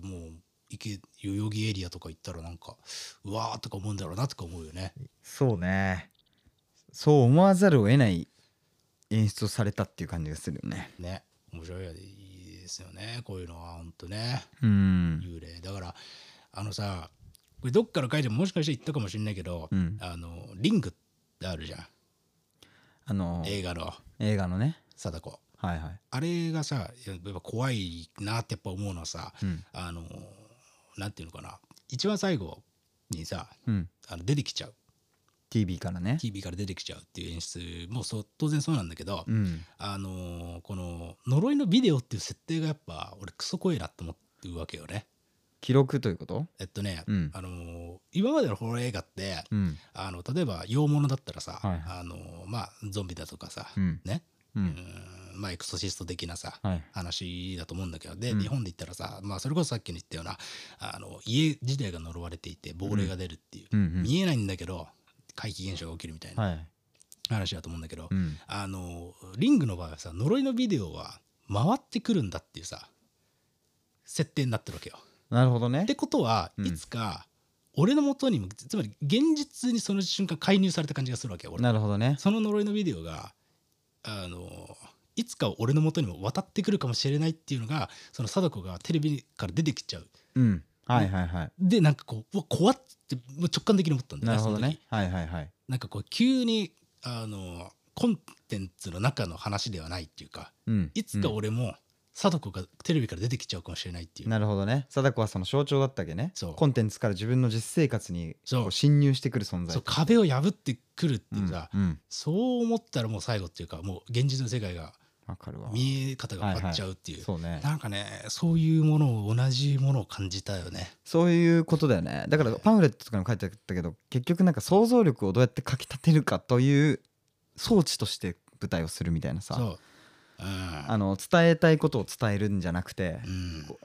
[SPEAKER 2] 池代々木エリアとか行ったらなんかうわーとか思うんだろうなとか思うよね。
[SPEAKER 3] そうねそう思わざるを得ない演出をされたっていう感じがするよね
[SPEAKER 2] ね面白いよねいいですよねこういうのはほんとね
[SPEAKER 3] うん
[SPEAKER 2] 幽霊だからあのさこれどっから書いてももしかして言ったかもしれないけど、
[SPEAKER 3] うん
[SPEAKER 2] あのリングってあるじゃん
[SPEAKER 3] あの
[SPEAKER 2] 映画の
[SPEAKER 3] 映画のね
[SPEAKER 2] 貞子
[SPEAKER 3] はいはい
[SPEAKER 2] あれがさやっぱ怖いなってやっぱ思うのはさ
[SPEAKER 3] うん
[SPEAKER 2] あのなんていうのかな一番最後にさ
[SPEAKER 3] うん
[SPEAKER 2] あの出てきちゃう
[SPEAKER 3] TV からね
[SPEAKER 2] TV から出てきちゃうっていう演出もそう当然そうなんだけど、
[SPEAKER 3] うん
[SPEAKER 2] あのこの呪いのビデオっていう設定がやっぱ俺クソ怖いなと思ってるわけよね。
[SPEAKER 3] 記録ということ
[SPEAKER 2] えっとね、
[SPEAKER 3] うん
[SPEAKER 2] あの今までのホラー映画って
[SPEAKER 3] うん
[SPEAKER 2] あの例えば洋物だったらさ、
[SPEAKER 3] はい
[SPEAKER 2] あのまあ、ゾンビだとかさ、
[SPEAKER 3] うん
[SPEAKER 2] ね、
[SPEAKER 3] う
[SPEAKER 2] うんんまあ、エクソシスト的なさ、
[SPEAKER 3] はい
[SPEAKER 2] 話だと思うんだけどで、
[SPEAKER 3] うん
[SPEAKER 2] 日本で言ったらさ、まあ、それこそさっきの言ったようなあの家自体が呪われていて亡霊が出るっていう、
[SPEAKER 3] うんうん
[SPEAKER 2] 見えないんだけど怪奇現象が起きるみたいな
[SPEAKER 3] はい
[SPEAKER 2] 話だと思うんだけど、
[SPEAKER 3] うん
[SPEAKER 2] あのリングの場合はさ呪いのビデオは回ってくるんだっていうさ設定になってるわけよ。
[SPEAKER 3] なるほどね
[SPEAKER 2] ってことは、
[SPEAKER 3] うん
[SPEAKER 2] いつか俺の元にもつまり現実にその瞬間介入された感じがするわけよ俺
[SPEAKER 3] なるほどね
[SPEAKER 2] その呪いのビデオがあのいつか俺の元にも渡ってくるかもしれないっていうのがその貞子がテレビから出てきちゃう
[SPEAKER 3] うんはいはいはい
[SPEAKER 2] でなんかこううわ怖っってもう直感的に思ったんだよ
[SPEAKER 3] なるほど
[SPEAKER 2] その時
[SPEAKER 3] ねはいはいはい
[SPEAKER 2] なんかこう急にあのコンテンツの中の話ではないっていうか
[SPEAKER 3] うん
[SPEAKER 2] いつか俺も貞子がテレビから出てきちゃうかもしれないっていう、
[SPEAKER 3] なるほどね貞子はその象徴だったわけね
[SPEAKER 2] そう
[SPEAKER 3] コンテンツから自分の実生活に
[SPEAKER 2] そう
[SPEAKER 3] こう侵入してくる存在
[SPEAKER 2] そう壁を破ってくるって
[SPEAKER 3] う
[SPEAKER 2] いうんさ、
[SPEAKER 3] うん
[SPEAKER 2] そう思ったらもう最後っていうかもう現実の世界が
[SPEAKER 3] わかるわ
[SPEAKER 2] 見え方が変わっちゃうっていう、
[SPEAKER 3] そうね
[SPEAKER 2] なんかねそういうものを同じものを感じたよね
[SPEAKER 3] そういうことだよねだからパンフレットとかにも書いてあったけど結局なんか想像力をどうやってかきたてるかという装置として舞台をするみたいな
[SPEAKER 2] そ
[SPEAKER 3] さ
[SPEAKER 2] ううん
[SPEAKER 3] あの伝えたいことを伝えるんじゃなくて
[SPEAKER 2] うん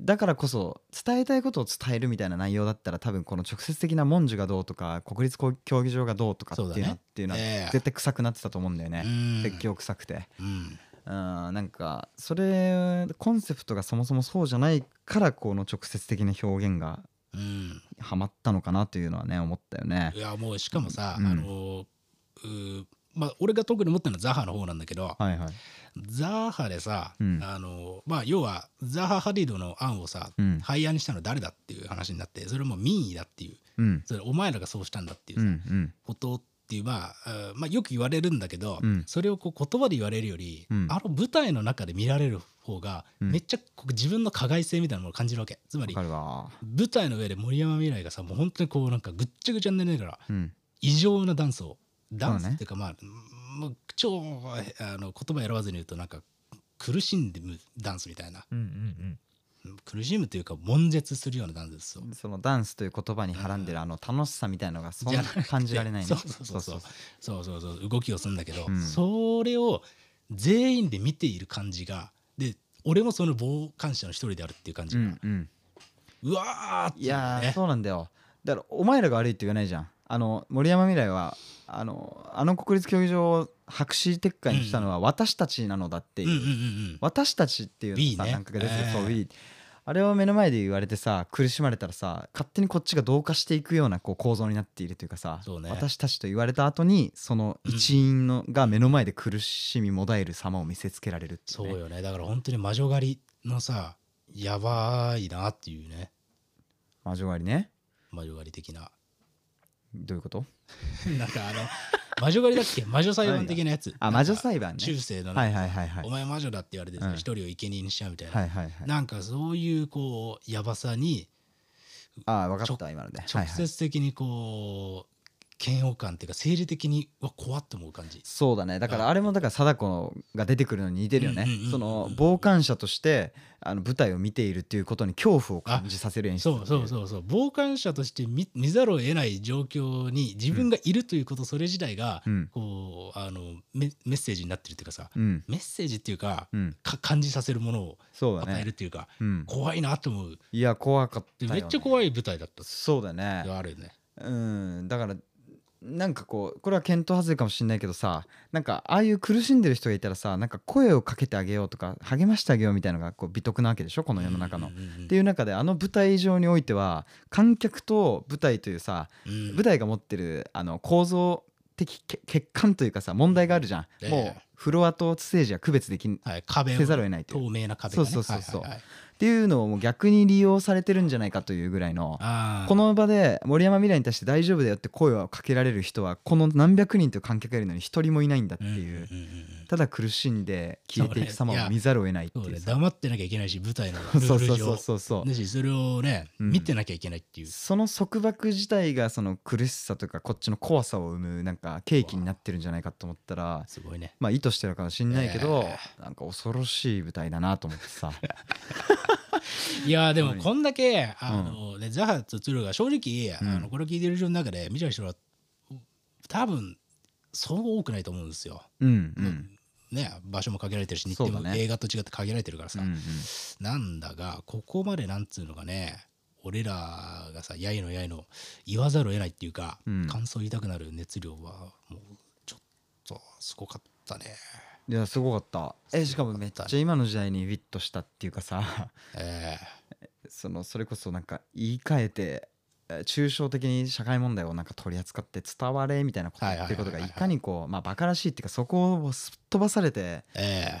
[SPEAKER 3] だからこそ伝えたいことを伝えるみたいな内容だったら多分この直接的な文殊がどうとか国立競技場がどうとかっていう
[SPEAKER 2] そうだ
[SPEAKER 3] の
[SPEAKER 2] ね
[SPEAKER 3] っていうのは
[SPEAKER 2] ええ
[SPEAKER 3] 絶対臭くなってたと思うんだよね
[SPEAKER 2] うん
[SPEAKER 3] 説教臭くて
[SPEAKER 2] うん
[SPEAKER 3] うんなんかそれコンセプトがそもそもそうじゃないからこの直接的な表現が
[SPEAKER 2] うん
[SPEAKER 3] ハマったのかなというのはね思ったよね
[SPEAKER 2] い。やもうしかもさ、
[SPEAKER 3] うん
[SPEAKER 2] あのうーまあ俺が特に思ったのはザハの方なんだけど
[SPEAKER 3] はいはい。
[SPEAKER 2] ザハでさ、
[SPEAKER 3] うん
[SPEAKER 2] あのまあ要はザハ・ハディドの案をさ、
[SPEAKER 3] うん
[SPEAKER 2] 廃案にしたの誰だっていう話になってそれも民意だっていう
[SPEAKER 3] うん
[SPEAKER 2] それお前らがそうしたんだっていう
[SPEAKER 3] う
[SPEAKER 2] さ、
[SPEAKER 3] ん
[SPEAKER 2] ことっていうまあ、うんまあ、よく言われるんだけど、
[SPEAKER 3] うん
[SPEAKER 2] それをこう言葉で言われるより、
[SPEAKER 3] うん
[SPEAKER 2] あの舞台の中で見られる方が
[SPEAKER 3] うん
[SPEAKER 2] めっちゃこう自分の加害性みたいなものを感じるわけつま
[SPEAKER 3] わ
[SPEAKER 2] り
[SPEAKER 3] かるわ。
[SPEAKER 2] 舞台の上で森山未来がさもう本当にこうなんかぐっちゃぐちゃになりながら
[SPEAKER 3] うん
[SPEAKER 2] 異常なダンスをダンス
[SPEAKER 3] そ
[SPEAKER 2] っ
[SPEAKER 3] うね
[SPEAKER 2] ていうかまあうんもう超あの言葉選ばずに言うとなんか苦しんでむダンスみたいな
[SPEAKER 3] うんうん
[SPEAKER 2] 苦しむというか悶絶するようなダンスですよ。
[SPEAKER 3] そのダンスという言葉にはらんでるあの楽しさみたいのがそん
[SPEAKER 2] じゃな
[SPEAKER 3] な
[SPEAKER 2] くて
[SPEAKER 3] 感じられないね。
[SPEAKER 2] そうそうそうそうそうそうそう動きをするんだけど、
[SPEAKER 3] うん
[SPEAKER 2] それを全員で見ている感じがで俺もその傍観者の一人であるっていう感じ
[SPEAKER 3] う
[SPEAKER 2] が、
[SPEAKER 3] んうん。
[SPEAKER 2] うわーって
[SPEAKER 3] いやー
[SPEAKER 2] ね
[SPEAKER 3] そうなんだよ。だからお前らが悪いって言わないじゃん。あの森山未来はあのあの国立競技場を白紙撤回にしたのは私たちなのだっていうう。
[SPEAKER 2] んうんうんうん
[SPEAKER 3] 私たちっていうの
[SPEAKER 2] B
[SPEAKER 3] さ、
[SPEAKER 2] ね
[SPEAKER 3] なんか出て
[SPEAKER 2] えー
[SPEAKER 3] るそう B あれを目の前で言われてさ苦しまれたらさ勝手にこっちが同化していくようなこう構造になっているというかさ
[SPEAKER 2] そうね
[SPEAKER 3] 私たちと言われた後にその一員のが目の前で苦しみもだえる様を見せつけられるってい
[SPEAKER 2] そう
[SPEAKER 3] ね
[SPEAKER 2] うよねだから本当に魔女狩りのさやばいなっていうね
[SPEAKER 3] 魔女狩りね
[SPEAKER 2] 魔女狩り的な
[SPEAKER 3] どういうこと
[SPEAKER 2] なんか あの魔女狩りだっけ魔女裁判的なやつ
[SPEAKER 3] あ魔女裁判ね
[SPEAKER 2] 中世の、
[SPEAKER 3] はいはいはいはい
[SPEAKER 2] お前魔女だって言われてさ
[SPEAKER 3] うん
[SPEAKER 2] 一、人を生贄にしちゃうみたいな、
[SPEAKER 3] はいはいはい
[SPEAKER 2] なんかそういうこうやばさに
[SPEAKER 3] ああ分かった今のではい
[SPEAKER 2] 直
[SPEAKER 3] はい
[SPEAKER 2] 接的にこう嫌悪感っていうか生理的にうわ怖って思う感じ
[SPEAKER 3] そうだねだからあれもだから貞子が出てくるのに似てるよね
[SPEAKER 2] うんうんうんうん
[SPEAKER 3] その傍観者としてあの舞台を見ているっていうことに恐怖を感じさせる演出
[SPEAKER 2] そうそう
[SPEAKER 3] う
[SPEAKER 2] そうそう傍観者として見見ざるを得ない状況に自分がいるということそれ自体が、
[SPEAKER 3] うん
[SPEAKER 2] こうあのメメッセージになってるっていうかさ
[SPEAKER 3] うん
[SPEAKER 2] メッセージっていうか
[SPEAKER 3] うん
[SPEAKER 2] か感じさせるものを
[SPEAKER 3] そうだ
[SPEAKER 2] 与えるっ
[SPEAKER 3] ね
[SPEAKER 2] ていうか、
[SPEAKER 3] うん
[SPEAKER 2] 怖いなと思う
[SPEAKER 3] いや怖かった
[SPEAKER 2] で
[SPEAKER 3] よ
[SPEAKER 2] め
[SPEAKER 3] ね
[SPEAKER 2] っちゃ怖い舞台だったっす
[SPEAKER 3] そうだね
[SPEAKER 2] あるよね
[SPEAKER 3] うんだからなんかこうこれは見当外れかもしれないけどさなんかああいう苦しんでる人がいたらさなんか声をかけてあげようとか励ましてあげようみたいなのがこう美徳なわけでしょこの世の中の。
[SPEAKER 2] うんうんうんうん
[SPEAKER 3] っていう中であの舞台上においては観客と舞台というさ
[SPEAKER 2] うん
[SPEAKER 3] 舞台が持ってるあの構造的け欠陥というかさ問題があるじゃん、
[SPEAKER 2] ええ
[SPEAKER 3] もうフロアとステージは区別できんっ
[SPEAKER 2] はい、壁を
[SPEAKER 3] せざるを得ないという
[SPEAKER 2] 透明な壁が、ね、
[SPEAKER 3] そうそうそうそう
[SPEAKER 2] はいはいはい
[SPEAKER 3] ていうのをもう逆に利用されてるんじゃないかというぐらいの
[SPEAKER 2] あー
[SPEAKER 3] この場で森山未来に対して大丈夫だよって声をかけられる人はこの何百人という観客がいるのに一人もいないんだって
[SPEAKER 2] うんうんうん
[SPEAKER 3] いう
[SPEAKER 2] うん
[SPEAKER 3] ただ苦しんで消えていく様を見ざるを得ないって
[SPEAKER 2] そう
[SPEAKER 3] い
[SPEAKER 2] ね
[SPEAKER 3] うさ
[SPEAKER 2] 黙ってなきゃいけないし舞台のルール上
[SPEAKER 3] そうそうそうそうそう
[SPEAKER 2] だしそれをね、
[SPEAKER 3] うん
[SPEAKER 2] 見てなきゃいけないっていう
[SPEAKER 3] その束縛自体がその苦しさとかこっちの怖さを生むなんか契機になってるんじゃないかと思ったら
[SPEAKER 2] すごいね
[SPEAKER 3] まあ意図してるかもしんないけど
[SPEAKER 2] え
[SPEAKER 3] なんか恐ろしい舞台だなと思っ てさ
[SPEAKER 2] いやーでも
[SPEAKER 3] すごい
[SPEAKER 2] こんだけあの、ねザハとツルが正直、
[SPEAKER 3] うん
[SPEAKER 2] あのこれを聞いてる人の中で見ちゃう人は多分そう多くないと思うんですよ、
[SPEAKER 3] うんうん
[SPEAKER 2] ね、場所も限られてるし日程
[SPEAKER 3] そ
[SPEAKER 2] も
[SPEAKER 3] うだね
[SPEAKER 2] 映画と違って限られてるから
[SPEAKER 3] う
[SPEAKER 2] さ、
[SPEAKER 3] んうん
[SPEAKER 2] なんだがここまでなんつうのかね俺らがさやいのやいの言わざるを得ないっていうか、
[SPEAKER 3] うん
[SPEAKER 2] 感想言いたくなる熱量はもうちょっとすごかったね。
[SPEAKER 3] いやすごかったえしかもめっちゃ今の時代にフィットしたっていうかさ
[SPEAKER 2] え
[SPEAKER 3] そのそれこそなんか言い換えてえー抽象的に社会問題をなんか取り扱って伝われみたいなこと
[SPEAKER 2] はい
[SPEAKER 3] 言
[SPEAKER 2] はいはい
[SPEAKER 3] ってる
[SPEAKER 2] はい
[SPEAKER 3] ことがいかにこうまあバカらしいっていうかそこをすっ飛ばされて
[SPEAKER 2] ええ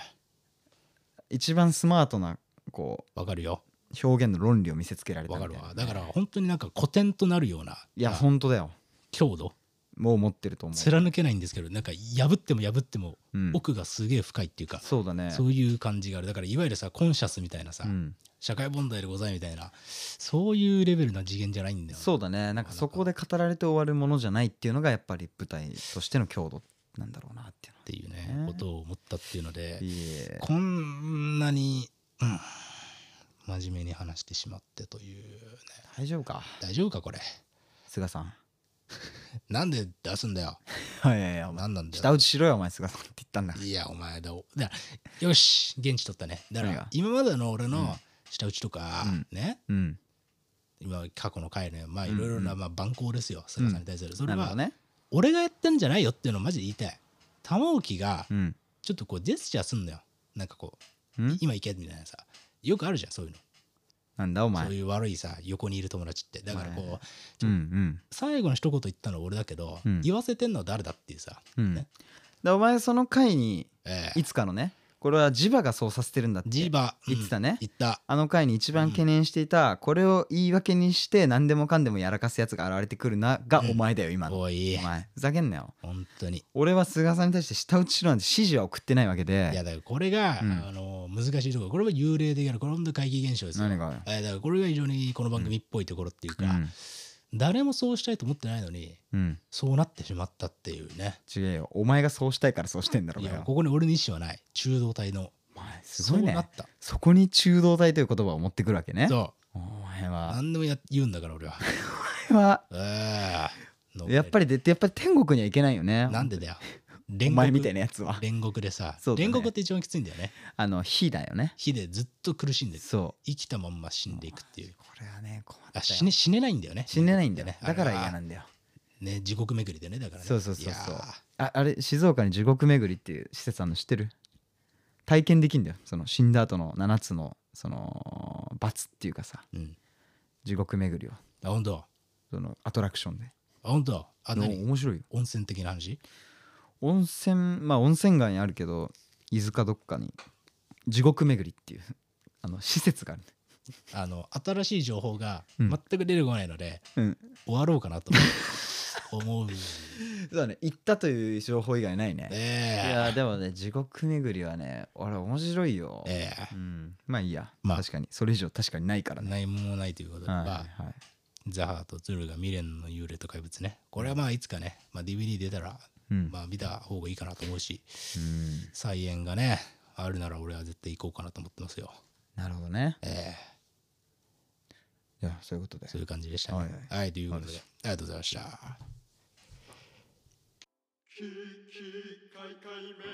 [SPEAKER 3] 一番スマートなこ
[SPEAKER 2] えわかるよ
[SPEAKER 3] う表現の論理を見せつけられた
[SPEAKER 2] わか
[SPEAKER 3] みたい
[SPEAKER 2] る
[SPEAKER 3] な
[SPEAKER 2] わだから本当になんか古典となるようない
[SPEAKER 3] や
[SPEAKER 2] あ
[SPEAKER 3] 本当だよ
[SPEAKER 2] 強度
[SPEAKER 3] もう持ってると思う、
[SPEAKER 2] 貫けないんですけどなんか破っても破っても
[SPEAKER 3] うん、
[SPEAKER 2] 奥がすげえ深いっていうか、
[SPEAKER 3] そうだね
[SPEAKER 2] そういう感じがあるだからいわゆるさコンシャスみたいなさ、
[SPEAKER 3] うん、
[SPEAKER 2] 社会問題でございみたいなそういうレベルな次元じゃないんだよね
[SPEAKER 3] そうだねなんかそこで語られて終わるものじゃないっていうのがやっぱり舞台としての強度なんだろうなっていう
[SPEAKER 2] っていうね
[SPEAKER 3] ね
[SPEAKER 2] ことを思ったっていうので
[SPEAKER 3] のいえ
[SPEAKER 2] こんなに、うん真面目に話してしまってという、ね、
[SPEAKER 3] 大丈夫か
[SPEAKER 2] 大丈夫かこれ
[SPEAKER 3] 菅さん
[SPEAKER 2] なんで出すんだよ
[SPEAKER 3] いやいやお前
[SPEAKER 2] 何なんだよ
[SPEAKER 3] 下打ちしろよお前菅さんって言ったんだ
[SPEAKER 2] いやお前だおだからよし現地取ったねだか
[SPEAKER 3] 何
[SPEAKER 2] ら
[SPEAKER 3] が
[SPEAKER 2] 今までの俺の舌打ちとか、
[SPEAKER 3] うん
[SPEAKER 2] ね
[SPEAKER 3] うん
[SPEAKER 2] 今過去の回ねまあ
[SPEAKER 3] う
[SPEAKER 2] い
[SPEAKER 3] んうん
[SPEAKER 2] ろいろなまあ蛮行ですよ菅さんに対するそれ
[SPEAKER 3] なるほ
[SPEAKER 2] は
[SPEAKER 3] どね
[SPEAKER 2] 俺がやったんじゃないよっていうのをマジで言いたい玉置が
[SPEAKER 3] うん
[SPEAKER 2] ちょっとこうジェスチャーすんのよなんかこ
[SPEAKER 3] う
[SPEAKER 2] うん今行けみたいなさよくあるじゃんそういうの
[SPEAKER 3] なんだお前
[SPEAKER 2] そういう悪いさ横にいる友達ってだからこ
[SPEAKER 3] は
[SPEAKER 2] う
[SPEAKER 3] うんうん
[SPEAKER 2] 最後の一言言ったのは俺だけど、
[SPEAKER 3] うん
[SPEAKER 2] 言わせてんのは誰だっていうさ、
[SPEAKER 3] うん
[SPEAKER 2] ね
[SPEAKER 3] でお前その回に
[SPEAKER 2] ええ
[SPEAKER 3] いつかのねこれは磁場がそうさせてるんだって
[SPEAKER 2] ジーバー
[SPEAKER 3] 言ってたね
[SPEAKER 2] 言った
[SPEAKER 3] あの回に一番懸念していたこれを言い訳にして何でもかんでもやらかすやつが現れてくるながお前だよ今の
[SPEAKER 2] おい
[SPEAKER 3] お前ふざけんなよ
[SPEAKER 2] 本当に
[SPEAKER 3] 俺は菅さんに対して舌打ちしろなんて指示は送ってないわけ
[SPEAKER 2] いや
[SPEAKER 3] で
[SPEAKER 2] だからこれが、
[SPEAKER 3] うん
[SPEAKER 2] あの難しいところこれは幽霊的なこれは本当に怪奇現象ですよ
[SPEAKER 3] 何が
[SPEAKER 2] えーだからこれが非常にこの番組っぽいところっていう
[SPEAKER 3] う
[SPEAKER 2] か、
[SPEAKER 3] ん、
[SPEAKER 2] 誰もそうしたいと思ってないのに
[SPEAKER 3] うん、
[SPEAKER 2] そうなってしまったっていうね
[SPEAKER 3] 違えよお前がそうしたいからそうしてんだろ
[SPEAKER 2] いう
[SPEAKER 3] が
[SPEAKER 2] や
[SPEAKER 3] よ
[SPEAKER 2] ここに俺の意思はない中道体の
[SPEAKER 3] お前すごい
[SPEAKER 2] そうなっ
[SPEAKER 3] ね
[SPEAKER 2] た
[SPEAKER 3] そこに中道体という言葉を持ってくるわけね
[SPEAKER 2] そ
[SPEAKER 3] お前
[SPEAKER 2] う
[SPEAKER 3] は
[SPEAKER 2] 何でもや言うんだから俺は
[SPEAKER 3] お前は
[SPEAKER 2] ええ
[SPEAKER 3] やっぱりでやっぱり天国には行けないよね
[SPEAKER 2] なんでだ よ
[SPEAKER 3] お
[SPEAKER 2] 煉
[SPEAKER 3] 前
[SPEAKER 2] 獄
[SPEAKER 3] みたいなやつは
[SPEAKER 2] 煉獄でさ、
[SPEAKER 3] そうだね
[SPEAKER 2] 煉獄って一番きついんだよね
[SPEAKER 3] あの火だよね
[SPEAKER 2] 火でずっと苦しんで
[SPEAKER 3] そ
[SPEAKER 2] 生きたまんま死んでいくっていう
[SPEAKER 3] うこれはね困った
[SPEAKER 2] あ
[SPEAKER 3] よ
[SPEAKER 2] 死ね死ねないんだよね
[SPEAKER 3] 死ねないんだよねだから嫌
[SPEAKER 2] な
[SPEAKER 3] なんだよ
[SPEAKER 2] ね地獄巡りでねだからね
[SPEAKER 3] そうそうそうそう
[SPEAKER 2] いや
[SPEAKER 3] ああれ静岡に地獄巡りっていう施設あるの知ってる体験できんだよその死んだ後の7つのその罰っていうかさ
[SPEAKER 2] ーうん
[SPEAKER 3] 地獄巡りを
[SPEAKER 2] あ本当
[SPEAKER 3] そのアトラクションで
[SPEAKER 2] あ本当あ
[SPEAKER 3] の
[SPEAKER 2] 何
[SPEAKER 3] 面白いよ
[SPEAKER 2] 温泉的な話
[SPEAKER 3] 温泉まあ温泉街にあるけど伊豆かどっかに地獄巡りっていうあの施設がある
[SPEAKER 2] あの新しい情報が
[SPEAKER 3] うん
[SPEAKER 2] 全く出てこないので、
[SPEAKER 3] うん
[SPEAKER 2] 終わろうか なと思う
[SPEAKER 3] そうだね行ったという情報以外ないねい
[SPEAKER 2] え
[SPEAKER 3] やでもね地獄巡りはね俺面白いよ
[SPEAKER 2] ええ
[SPEAKER 3] うんまあいいや、
[SPEAKER 2] まあ
[SPEAKER 3] 確かにそれ以上確かにないからね
[SPEAKER 2] 何もないということで、
[SPEAKER 3] はい
[SPEAKER 2] まあ
[SPEAKER 3] はい
[SPEAKER 2] ザハとズルが未練の幽霊と怪物ねこれはまあいつかね、まあ、DVD 出たら
[SPEAKER 3] うん
[SPEAKER 2] まあ見た方がいいかなと思うし
[SPEAKER 3] うん
[SPEAKER 2] 再演がねあるなら俺は絶対行こうかなと思ってますよ
[SPEAKER 3] なるほどね。
[SPEAKER 2] え
[SPEAKER 3] いや、そういうことで
[SPEAKER 2] えそういう感じでしたね
[SPEAKER 3] は
[SPEAKER 2] はいい、ということでありがとうございました
[SPEAKER 1] ききかいかいめ